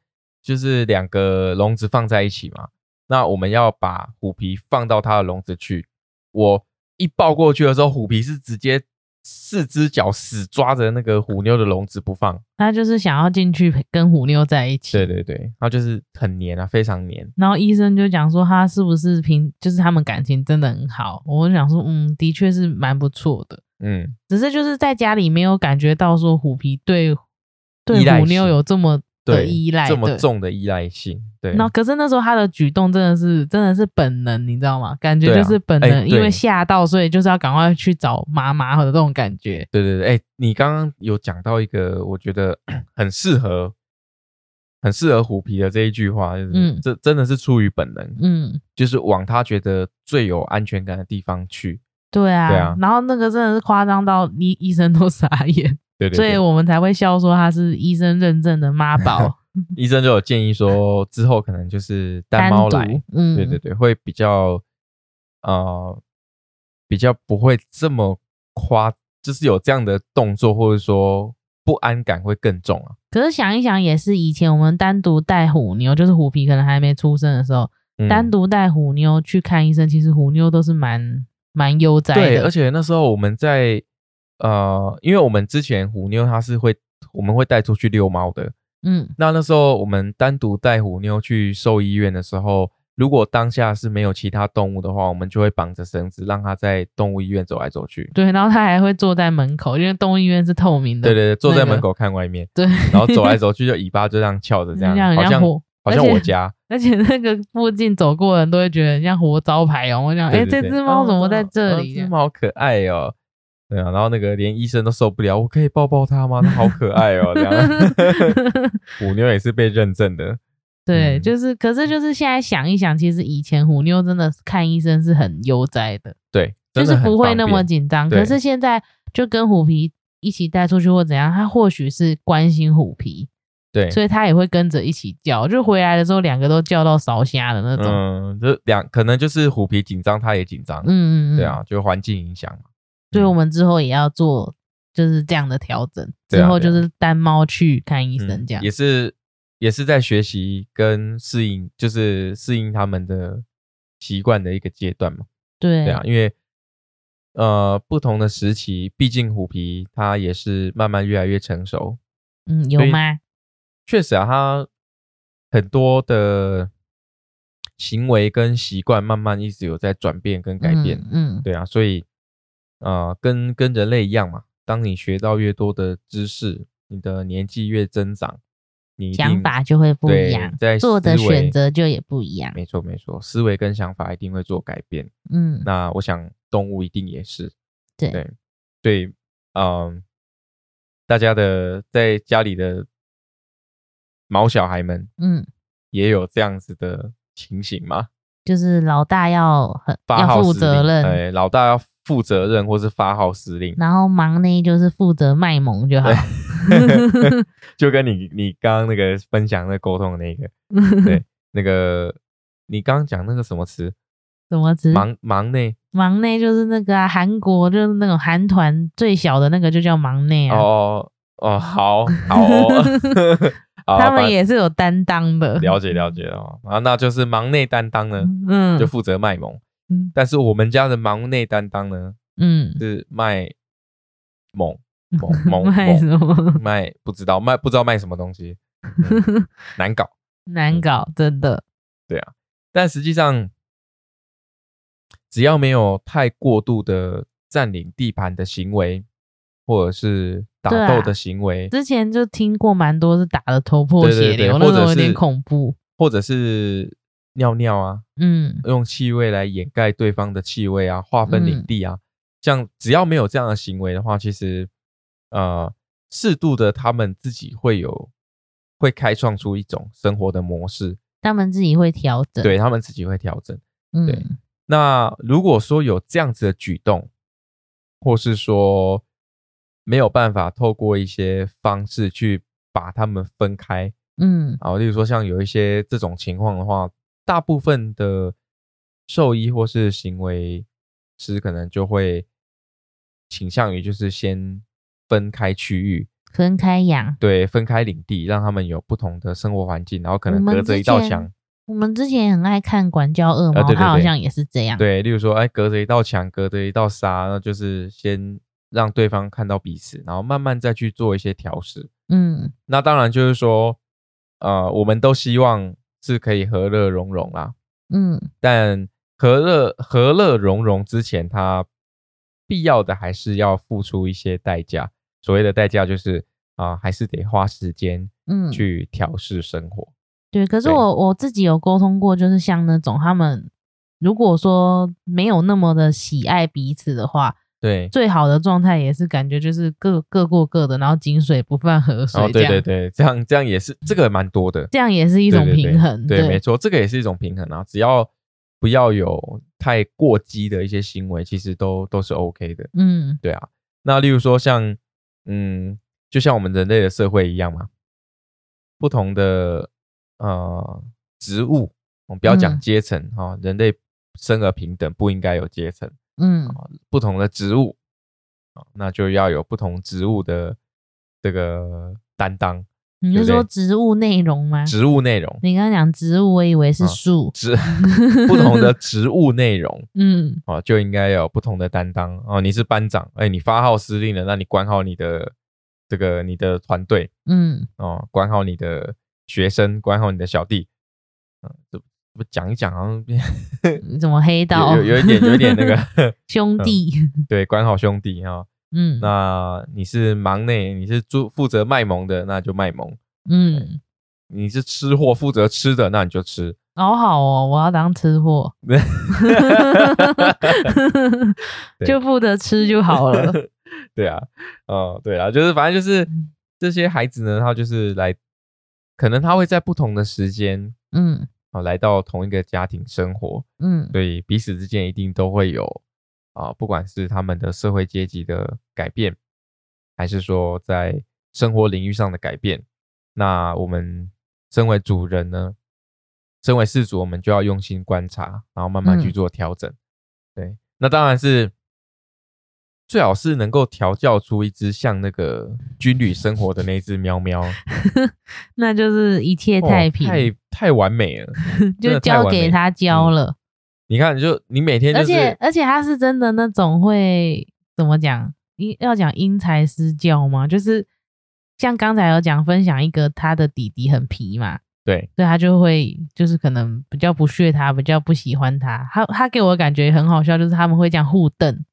[SPEAKER 1] 就是两个笼子放在一起嘛，那我们要把虎皮放到它的笼子去，我一抱过去的时候，虎皮是直接四只脚死抓着那个虎妞的笼子不放。
[SPEAKER 2] 他就是想要进去跟虎妞在一起。
[SPEAKER 1] 对对对，它就是很黏啊，非常黏。
[SPEAKER 2] 然后医生就讲说，他是不是平，就是他们感情真的很好。我就想说，嗯，的确是蛮不错的，
[SPEAKER 1] 嗯，
[SPEAKER 2] 只是就是在家里没有感觉到说虎皮对对
[SPEAKER 1] 依赖
[SPEAKER 2] 虎妞
[SPEAKER 1] 性
[SPEAKER 2] 有这么的
[SPEAKER 1] 对，
[SPEAKER 2] 依赖，
[SPEAKER 1] 这么
[SPEAKER 2] 对。
[SPEAKER 1] 重的依赖性，对，
[SPEAKER 2] 然后可是那时候他的举动真的是真的是本能，你知道吗？感觉
[SPEAKER 1] 对
[SPEAKER 2] 就
[SPEAKER 1] 啊
[SPEAKER 2] 是本
[SPEAKER 1] 哎
[SPEAKER 2] 能，因
[SPEAKER 1] 对
[SPEAKER 2] 为吓到，所以就是要赶快去找妈妈的这种感觉。
[SPEAKER 1] 对对对。哎、你刚刚有讲到一个，我觉得 很适合，很适合虎皮的这一句话，就是、
[SPEAKER 2] 嗯
[SPEAKER 1] 这真的是出于本能，
[SPEAKER 2] 嗯，
[SPEAKER 1] 就是往他觉得最有安全感的地方去。
[SPEAKER 2] 对啊。
[SPEAKER 1] 对啊
[SPEAKER 2] 然后那个真的是夸张到医医生都 傻眼，
[SPEAKER 1] 对对
[SPEAKER 2] 所以
[SPEAKER 1] 对，
[SPEAKER 2] 我们才会笑说他是医生认证的妈宝
[SPEAKER 1] 医生就有建议说，之后可能就是
[SPEAKER 2] 单
[SPEAKER 1] 单猫
[SPEAKER 2] 独
[SPEAKER 1] 来，
[SPEAKER 2] 嗯，
[SPEAKER 1] 对对对，会比较呃比较不会这么夸，就是有这样的动作，或者说不安感会更重啊。
[SPEAKER 2] 可是想一想，也是以前我们单独带虎妞，就是虎皮可能还没出生的时候，
[SPEAKER 1] 嗯
[SPEAKER 2] 单独带虎妞去看医生，其实虎妞都是蛮蛮悠哉的。
[SPEAKER 1] 对，而且那时候我们在呃，因为我们之前虎妞她是会我们会带出去遛猫的，
[SPEAKER 2] 嗯
[SPEAKER 1] 那那时候我们单独带虎妞去兽医院的时候。如果当下是没有其他动物的话，我们就会绑着绳子让它在动物医院走来走去。
[SPEAKER 2] 对，然后他还会坐在门口，因为动物医院是透明的。
[SPEAKER 1] 对对对，坐
[SPEAKER 2] 那
[SPEAKER 1] 在
[SPEAKER 2] 个
[SPEAKER 1] 门口看外面。
[SPEAKER 2] 对，
[SPEAKER 1] 然后走来走去就尾巴就这样翘 着，这样
[SPEAKER 2] 像
[SPEAKER 1] 好
[SPEAKER 2] 很像
[SPEAKER 1] 像
[SPEAKER 2] 火，
[SPEAKER 1] 好
[SPEAKER 2] 而
[SPEAKER 1] 像
[SPEAKER 2] 且
[SPEAKER 1] 我家，
[SPEAKER 2] 而且那个附近走过的人都会觉得很像活招牌哦。我想，哎，
[SPEAKER 1] 对
[SPEAKER 2] 这
[SPEAKER 1] 对对
[SPEAKER 2] 只猫怎么在这
[SPEAKER 1] 哦
[SPEAKER 2] 里
[SPEAKER 1] 这
[SPEAKER 2] 啊
[SPEAKER 1] 只？猫好可爱哦。对啊，然后那个连医生都受不了，我可以抱抱它吗？它好可爱哦，这样。虎妞也是被认证的，
[SPEAKER 2] 对，
[SPEAKER 1] 嗯
[SPEAKER 2] 就是，可是就是现在想一想，其实以前虎妞真的是看医生是很悠哉的。
[SPEAKER 1] 对，
[SPEAKER 2] 就
[SPEAKER 1] 真
[SPEAKER 2] 是
[SPEAKER 1] 的很
[SPEAKER 2] 不会
[SPEAKER 1] 方
[SPEAKER 2] 那么
[SPEAKER 1] 便
[SPEAKER 2] 紧张。
[SPEAKER 1] 对
[SPEAKER 2] 可是现在就跟虎皮一起带出去或怎样，他或许是关心虎皮，
[SPEAKER 1] 对，
[SPEAKER 2] 所以他也会跟着一起叫。就回来的时候，两个都叫到烧瞎的那种。
[SPEAKER 1] 嗯，就两可能就是虎皮紧张，它也紧张
[SPEAKER 2] 嗯，嗯嗯，
[SPEAKER 1] 对。啊，就环境影响嘛。
[SPEAKER 2] 所以我们之后也要做就是这样的调整，
[SPEAKER 1] 对
[SPEAKER 2] 之
[SPEAKER 1] 啊
[SPEAKER 2] 后
[SPEAKER 1] 对
[SPEAKER 2] 就
[SPEAKER 1] 啊
[SPEAKER 2] 是带猫去看医
[SPEAKER 1] 嗯
[SPEAKER 2] 生这样
[SPEAKER 1] 也。是也是在学习跟适应，就是适应他们的习惯的一个阶段嘛。
[SPEAKER 2] 对
[SPEAKER 1] 对啊，因为呃不同的时期，毕竟虎皮它也是慢慢越来越成熟。
[SPEAKER 2] 嗯，有
[SPEAKER 1] 所以
[SPEAKER 2] 吗？
[SPEAKER 1] 确实啊，它很多的行为跟习惯慢慢一直有在转变跟改变。
[SPEAKER 2] 嗯，嗯
[SPEAKER 1] 对啊，所以呃跟跟人类一样嘛，当你学到越多的知识，你的年纪越增长，你一定
[SPEAKER 2] 想法就会不一
[SPEAKER 1] 对
[SPEAKER 2] 样
[SPEAKER 1] 在，
[SPEAKER 2] 做的
[SPEAKER 1] 思维
[SPEAKER 2] 选择就也不一样。
[SPEAKER 1] 没错没错，思维跟想法一定会做改变。
[SPEAKER 2] 嗯，
[SPEAKER 1] 那我想动物一定也是，
[SPEAKER 2] 对
[SPEAKER 1] 对所以嗯、大家的在家里的毛小孩们
[SPEAKER 2] 嗯，
[SPEAKER 1] 也有这样子的情形吗？
[SPEAKER 2] 就是老大要很
[SPEAKER 1] 发
[SPEAKER 2] 要
[SPEAKER 1] 号
[SPEAKER 2] 负
[SPEAKER 1] 施
[SPEAKER 2] 责
[SPEAKER 1] 令，
[SPEAKER 2] 任，
[SPEAKER 1] 哎，老大要负责任或是发号施 令，
[SPEAKER 2] 然后忙内就是负责卖萌就好。
[SPEAKER 1] 哎 就跟你你刚刚那个分享那沟通的那个 对那个你刚刚讲那个什么词，
[SPEAKER 2] 什么词？
[SPEAKER 1] 忙忙内
[SPEAKER 2] 忙内就是那个啊，韩国就是那种韩团最小的那个就叫忙内啊，
[SPEAKER 1] 哦哦，好好 哦， 好啊
[SPEAKER 2] 他
[SPEAKER 1] 反
[SPEAKER 2] 们也是有担当 的。
[SPEAKER 1] 了解了解哦，啊，那就是忙内担当呢，
[SPEAKER 2] 嗯，
[SPEAKER 1] 就负责卖萌。
[SPEAKER 2] 嗯
[SPEAKER 1] 但是我们家的忙内担当呢，
[SPEAKER 2] 嗯，
[SPEAKER 1] 是卖 萌萌萌
[SPEAKER 2] 卖什
[SPEAKER 1] 萌
[SPEAKER 2] 么
[SPEAKER 1] 卖，不知道卖不知道卖什么东西， 嗯难搞。
[SPEAKER 2] 难搞，真的。
[SPEAKER 1] 但实际上，只要没有太过度的占领地盘的行为，或者是打
[SPEAKER 2] 对啊
[SPEAKER 1] 斗的行为，
[SPEAKER 2] 之前就听过蛮多是打的头破
[SPEAKER 1] 对
[SPEAKER 2] 血
[SPEAKER 1] 对对，
[SPEAKER 2] 流，
[SPEAKER 1] 或
[SPEAKER 2] 那种
[SPEAKER 1] 者
[SPEAKER 2] 有
[SPEAKER 1] 是
[SPEAKER 2] 点恐怖。
[SPEAKER 1] 或者是尿尿啊，
[SPEAKER 2] 嗯，
[SPEAKER 1] 用气味来掩盖对方的气味啊，划分领
[SPEAKER 2] 嗯
[SPEAKER 1] 地啊，像只要没有这样的行为的话，其实呃，适度的他们自己会有会开创出一种生活的模式，
[SPEAKER 2] 他们自己会调整。，
[SPEAKER 1] 对他们自己会调整。对
[SPEAKER 2] 嗯，
[SPEAKER 1] 那如果说有这样子的举动，或是说没有办法透过一些方式去把他们分开
[SPEAKER 2] 嗯，
[SPEAKER 1] 啊，例如说像有一些这种情况的话，大部分的兽医或是行为师可能就会倾向于就是先分开区域，
[SPEAKER 2] 分开养。
[SPEAKER 1] 对，分开领地，让他们有不同的生活环境，然后可能
[SPEAKER 2] 我们
[SPEAKER 1] 隔着
[SPEAKER 2] 之
[SPEAKER 1] 一道
[SPEAKER 2] 前
[SPEAKER 1] 墙，
[SPEAKER 2] 我们之前很爱看《管教恶
[SPEAKER 1] 啊
[SPEAKER 2] 魔》
[SPEAKER 1] 对对
[SPEAKER 2] 他好
[SPEAKER 1] 对
[SPEAKER 2] 像也是这样。
[SPEAKER 1] 对，例如说，哎，隔着一道墙，隔着一道纱，那就是先让对方看到彼此，然后慢慢再去做一些调试。
[SPEAKER 2] 嗯，
[SPEAKER 1] 那当然就是说，呃，我们都希望是可以和乐融融啦，
[SPEAKER 2] 嗯
[SPEAKER 1] 但和乐和乐融融之前，它必要的还是要付出一些代价。所谓的代价就是啊、还是得花时间
[SPEAKER 2] 嗯，
[SPEAKER 1] 去调试生活。
[SPEAKER 2] 对。可是
[SPEAKER 1] 对
[SPEAKER 2] 我我自己有沟通过，就是像那种他们如果说没有那么的喜爱彼此的话，
[SPEAKER 1] 对，
[SPEAKER 2] 最好的状态也是感觉就是各各过各的，然后井水不犯河水
[SPEAKER 1] 然后哦
[SPEAKER 2] 这
[SPEAKER 1] 对
[SPEAKER 2] 样。
[SPEAKER 1] 对对，这样这样也是这个蛮多的。
[SPEAKER 2] 这样也是一种
[SPEAKER 1] 对对对
[SPEAKER 2] 平衡，
[SPEAKER 1] 对，没错，这个也是一种平衡啊。只要不要有太过激的一些行为，其实都都是 OK 的。
[SPEAKER 2] 嗯
[SPEAKER 1] 对啊，那例如说像，嗯，就像我们人类的社会一样嘛，不同的呃职务，我们不要讲
[SPEAKER 2] 嗯
[SPEAKER 1] 阶层哈、哦人类生而平等，不应该有阶层。
[SPEAKER 2] 嗯，
[SPEAKER 1] 不同的职务啊，那就要有不同职务的这个担当，
[SPEAKER 2] 你
[SPEAKER 1] 对
[SPEAKER 2] 是
[SPEAKER 1] 不对
[SPEAKER 2] 说植物内容吗？
[SPEAKER 1] 职务内容。
[SPEAKER 2] 你刚刚讲植物，我以为是
[SPEAKER 1] 啊
[SPEAKER 2] 树，
[SPEAKER 1] 职 不同的职务内容
[SPEAKER 2] 嗯，
[SPEAKER 1] 啊，就应该有不同的担当哦。你是班长，哎，你发号施令了，那你管好你的这个你的团队
[SPEAKER 2] 嗯，
[SPEAKER 1] 哦，管好你的学生，管好你的小弟。嗯，这不讲一讲，好像变
[SPEAKER 2] 怎么黑道，
[SPEAKER 1] 有有有一点有一点那个
[SPEAKER 2] 兄弟，
[SPEAKER 1] 对，管好兄弟啊、哦。
[SPEAKER 2] 嗯
[SPEAKER 1] 那你是忙内，你是做负责卖萌的，那就卖萌；
[SPEAKER 2] 嗯，
[SPEAKER 1] 你是吃货，负责吃的，那你就吃。
[SPEAKER 2] 好好哦，我要当吃 货，
[SPEAKER 1] 对
[SPEAKER 2] 就负责吃就好了，
[SPEAKER 1] 对啊，哦，对啊，就是反正就是
[SPEAKER 2] 嗯
[SPEAKER 1] 这些孩子呢，他就是来，可能他会在不同的时间
[SPEAKER 2] 嗯
[SPEAKER 1] 啊、来到同一个家庭生活，
[SPEAKER 2] 嗯
[SPEAKER 1] 所以彼此之间一定都会有啊、不管是他们的社会阶级的改变，还是说在生活领域上的改变，那我们身为主人呢，身为事主，我们就要用心观察，然后慢慢去
[SPEAKER 2] 嗯
[SPEAKER 1] 做调整。对，那当然是最好是能够调教出一只像那个军旅生活的那只喵 喵，
[SPEAKER 2] 那就是一切
[SPEAKER 1] 哦
[SPEAKER 2] 太平，
[SPEAKER 1] 太太完美了。真
[SPEAKER 2] 就
[SPEAKER 1] 的太完
[SPEAKER 2] 交给
[SPEAKER 1] 美
[SPEAKER 2] 他教
[SPEAKER 1] 嗯
[SPEAKER 2] 了，
[SPEAKER 1] 你看，你就你每天就
[SPEAKER 2] 而
[SPEAKER 1] 是
[SPEAKER 2] 且而且他是真的那种会怎么讲？因要讲因材施教吗？就是像刚才有讲分享一个他的弟弟很皮嘛，
[SPEAKER 1] 对
[SPEAKER 2] 所以他就会就是可能比较不屑他，比较不喜欢他。他他给我的感觉很好笑，就是他们会这样互瞪，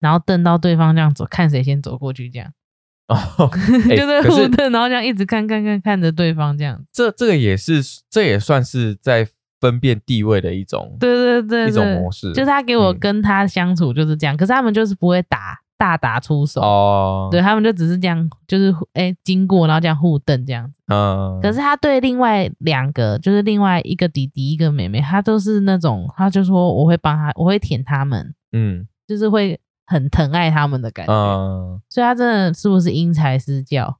[SPEAKER 2] 然后瞪到对方这样走，看谁先走过去这样。
[SPEAKER 1] 哦， 哎
[SPEAKER 2] 就在
[SPEAKER 1] 可
[SPEAKER 2] 互
[SPEAKER 1] 是
[SPEAKER 2] 瞪，然后这样一直看看看看着对方这样子。
[SPEAKER 1] 这这个也是这也算是在分辨地位的一种
[SPEAKER 2] 对对对对，
[SPEAKER 1] 一种模式，
[SPEAKER 2] 就是他给我
[SPEAKER 1] 嗯
[SPEAKER 2] 跟他相处就是这样，可是他们就是不会打大打出手，
[SPEAKER 1] 哦，
[SPEAKER 2] 对，他们就只是这样，就是哎、经过然后这样互瞪这样子。
[SPEAKER 1] 嗯，
[SPEAKER 2] 可是他对另外两个，就是另外一个弟弟一个妹妹，他都是那种，他就说我会帮他，我会舔他们，
[SPEAKER 1] 嗯
[SPEAKER 2] 就是会很疼爱他们的感觉。
[SPEAKER 1] 嗯，
[SPEAKER 2] 所以他真的是不是因材施教？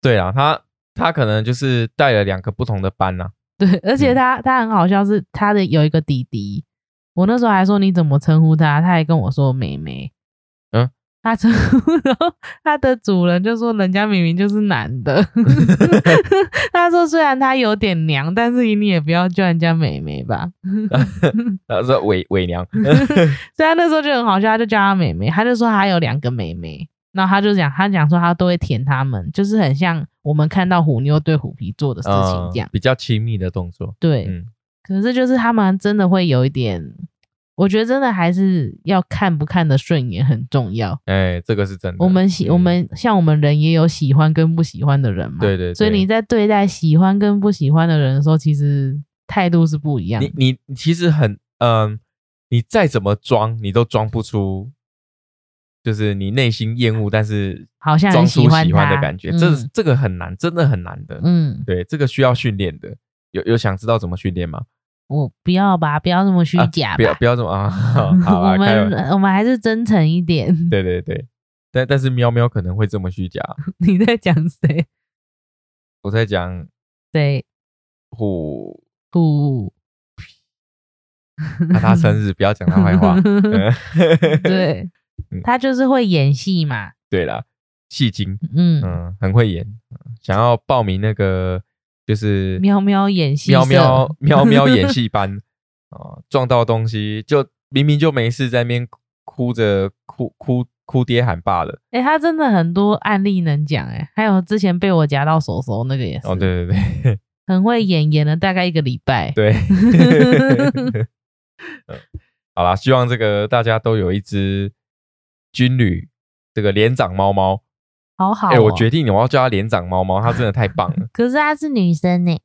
[SPEAKER 1] 对啊，他他可能就是带了两个不同的班呐、
[SPEAKER 2] 对，而且
[SPEAKER 1] 嗯
[SPEAKER 2] 他、他很好笑，是他的有一个弟弟，我那时候还说你怎么称呼他，他还跟我说妹妹，
[SPEAKER 1] 嗯，
[SPEAKER 2] 他称呼，然后他的主人就说人家明明就是男 的， 他说虽然他有点娘，但是你也不要叫人家妹妹吧，
[SPEAKER 1] 呃，是伪伪 娘，
[SPEAKER 2] 所以他那时候就很好笑，他就叫他妹妹，他就说他有两个妹妹。然后他就讲，他讲说他都会舔他们，就是很像我们看到虎妞对虎皮做的事情
[SPEAKER 1] 嗯
[SPEAKER 2] 这样。
[SPEAKER 1] 比较亲密的动作，
[SPEAKER 2] 对，
[SPEAKER 1] 嗯
[SPEAKER 2] 可是就是他们真的会有一点，我觉得真的还是要看不看得顺眼很重要。
[SPEAKER 1] 哎，这个是真的。
[SPEAKER 2] 我们喜、
[SPEAKER 1] 嗯
[SPEAKER 2] 我们像我们人也有喜欢跟不喜欢的人嘛，
[SPEAKER 1] 对对对
[SPEAKER 2] 所以你在对待喜欢跟不喜欢的人的时候，其实态度是不一样的
[SPEAKER 1] 你。你你其实很嗯，你再怎么装，你都装不出，就是你内心厌恶，但是
[SPEAKER 2] 好像
[SPEAKER 1] 装
[SPEAKER 2] 很
[SPEAKER 1] 出
[SPEAKER 2] 喜欢
[SPEAKER 1] 喜欢的
[SPEAKER 2] 他
[SPEAKER 1] 感觉，
[SPEAKER 2] 嗯
[SPEAKER 1] 这是这个很难，真的很难的。
[SPEAKER 2] 嗯，
[SPEAKER 1] 对，这个需要训练的。有有想知道怎么训练吗？
[SPEAKER 2] 我不要吧，不要那么虚
[SPEAKER 1] 啊
[SPEAKER 2] 假
[SPEAKER 1] 不
[SPEAKER 2] 吧。
[SPEAKER 1] 要不要这么 啊，好好啊，
[SPEAKER 2] 我
[SPEAKER 1] 开玩
[SPEAKER 2] 们我们还是真诚一点。
[SPEAKER 1] 对对对，但但是喵喵可能会这么虚假。
[SPEAKER 2] 你在讲谁？
[SPEAKER 1] 我在讲
[SPEAKER 2] 谁？
[SPEAKER 1] 虎，啊
[SPEAKER 2] 不，
[SPEAKER 1] 他他生日，不要讲他坏 话。 嗯
[SPEAKER 2] 对
[SPEAKER 1] 嗯，
[SPEAKER 2] 他就是会演戏嘛。
[SPEAKER 1] 对啦，戏精，
[SPEAKER 2] 嗯，
[SPEAKER 1] 嗯，很会演，嗯想要报名那个就是
[SPEAKER 2] 喵喵演戏
[SPEAKER 1] 喵
[SPEAKER 2] 社
[SPEAKER 1] 喵喵 喵演戏班哦，撞到东西就明明就没事，在那边哭着哭哭哭爹喊爸的。
[SPEAKER 2] 哎、他真的很多案例能讲哎、还有之前被我夹到手手那个也是，
[SPEAKER 1] 哦，对对对
[SPEAKER 2] 很会演，演了大概一个礼拜。
[SPEAKER 1] 对。嗯好啦，希望这个大家都有一只军旅这个连长猫猫。
[SPEAKER 2] 好好、哦。
[SPEAKER 1] 哎、我决定我要叫它连长猫猫，它真的太棒 了。
[SPEAKER 2] 可是她是女生呢、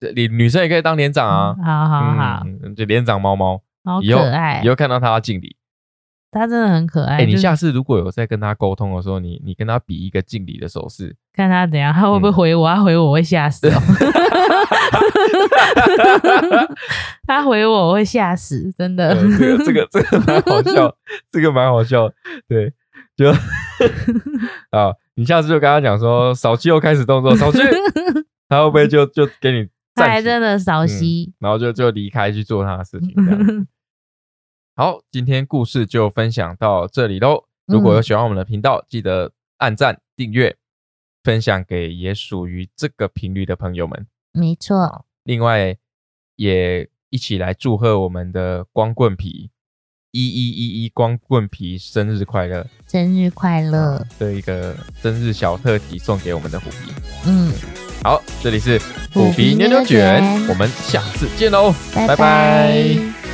[SPEAKER 1] 这你女生也可以当连长啊，
[SPEAKER 2] 好好好，
[SPEAKER 1] 嗯，就连长猫猫，
[SPEAKER 2] 好
[SPEAKER 1] 以后
[SPEAKER 2] 可爱
[SPEAKER 1] 以，后看到它要敬礼。
[SPEAKER 2] 她真的很可爱。
[SPEAKER 1] 哎、你
[SPEAKER 2] 就是
[SPEAKER 1] 下次如果有在跟他沟通的时候，你你跟他比一个敬礼的手势，
[SPEAKER 2] 看她怎样，她
[SPEAKER 1] 嗯
[SPEAKER 2] 会不会回我？她回我会吓死 哦。 她回我我会吓死，真的。
[SPEAKER 1] 呃、 这个这个这个蛮好笑，这个蛮好笑，对，就啊，你下次就跟他讲说少气又开始动作，少气，他会不会就就给你
[SPEAKER 2] 她
[SPEAKER 1] 站
[SPEAKER 2] 还
[SPEAKER 1] 起，
[SPEAKER 2] 真的扫
[SPEAKER 1] 嗯
[SPEAKER 2] 息。
[SPEAKER 1] 然后就就离开去做他的事情这样。好，今天故事就分享到这里喽。如果有喜欢我们的频道，记得按赞、订阅、分享给也属于这个频率的朋友们。
[SPEAKER 2] 没错，
[SPEAKER 1] 另外，也一起来祝贺我们的光棍皮一一一一光棍皮生日快乐
[SPEAKER 2] 生日快乐！
[SPEAKER 1] 的一个生日小特辑送给我们的虎皮。
[SPEAKER 2] 嗯，
[SPEAKER 1] 好，这里是
[SPEAKER 2] 虎皮
[SPEAKER 1] 虎皮牛
[SPEAKER 2] 牛牛
[SPEAKER 1] 牛卷
[SPEAKER 2] 卷，
[SPEAKER 1] 我们下次见喽，
[SPEAKER 2] 拜
[SPEAKER 1] 拜拜
[SPEAKER 2] 拜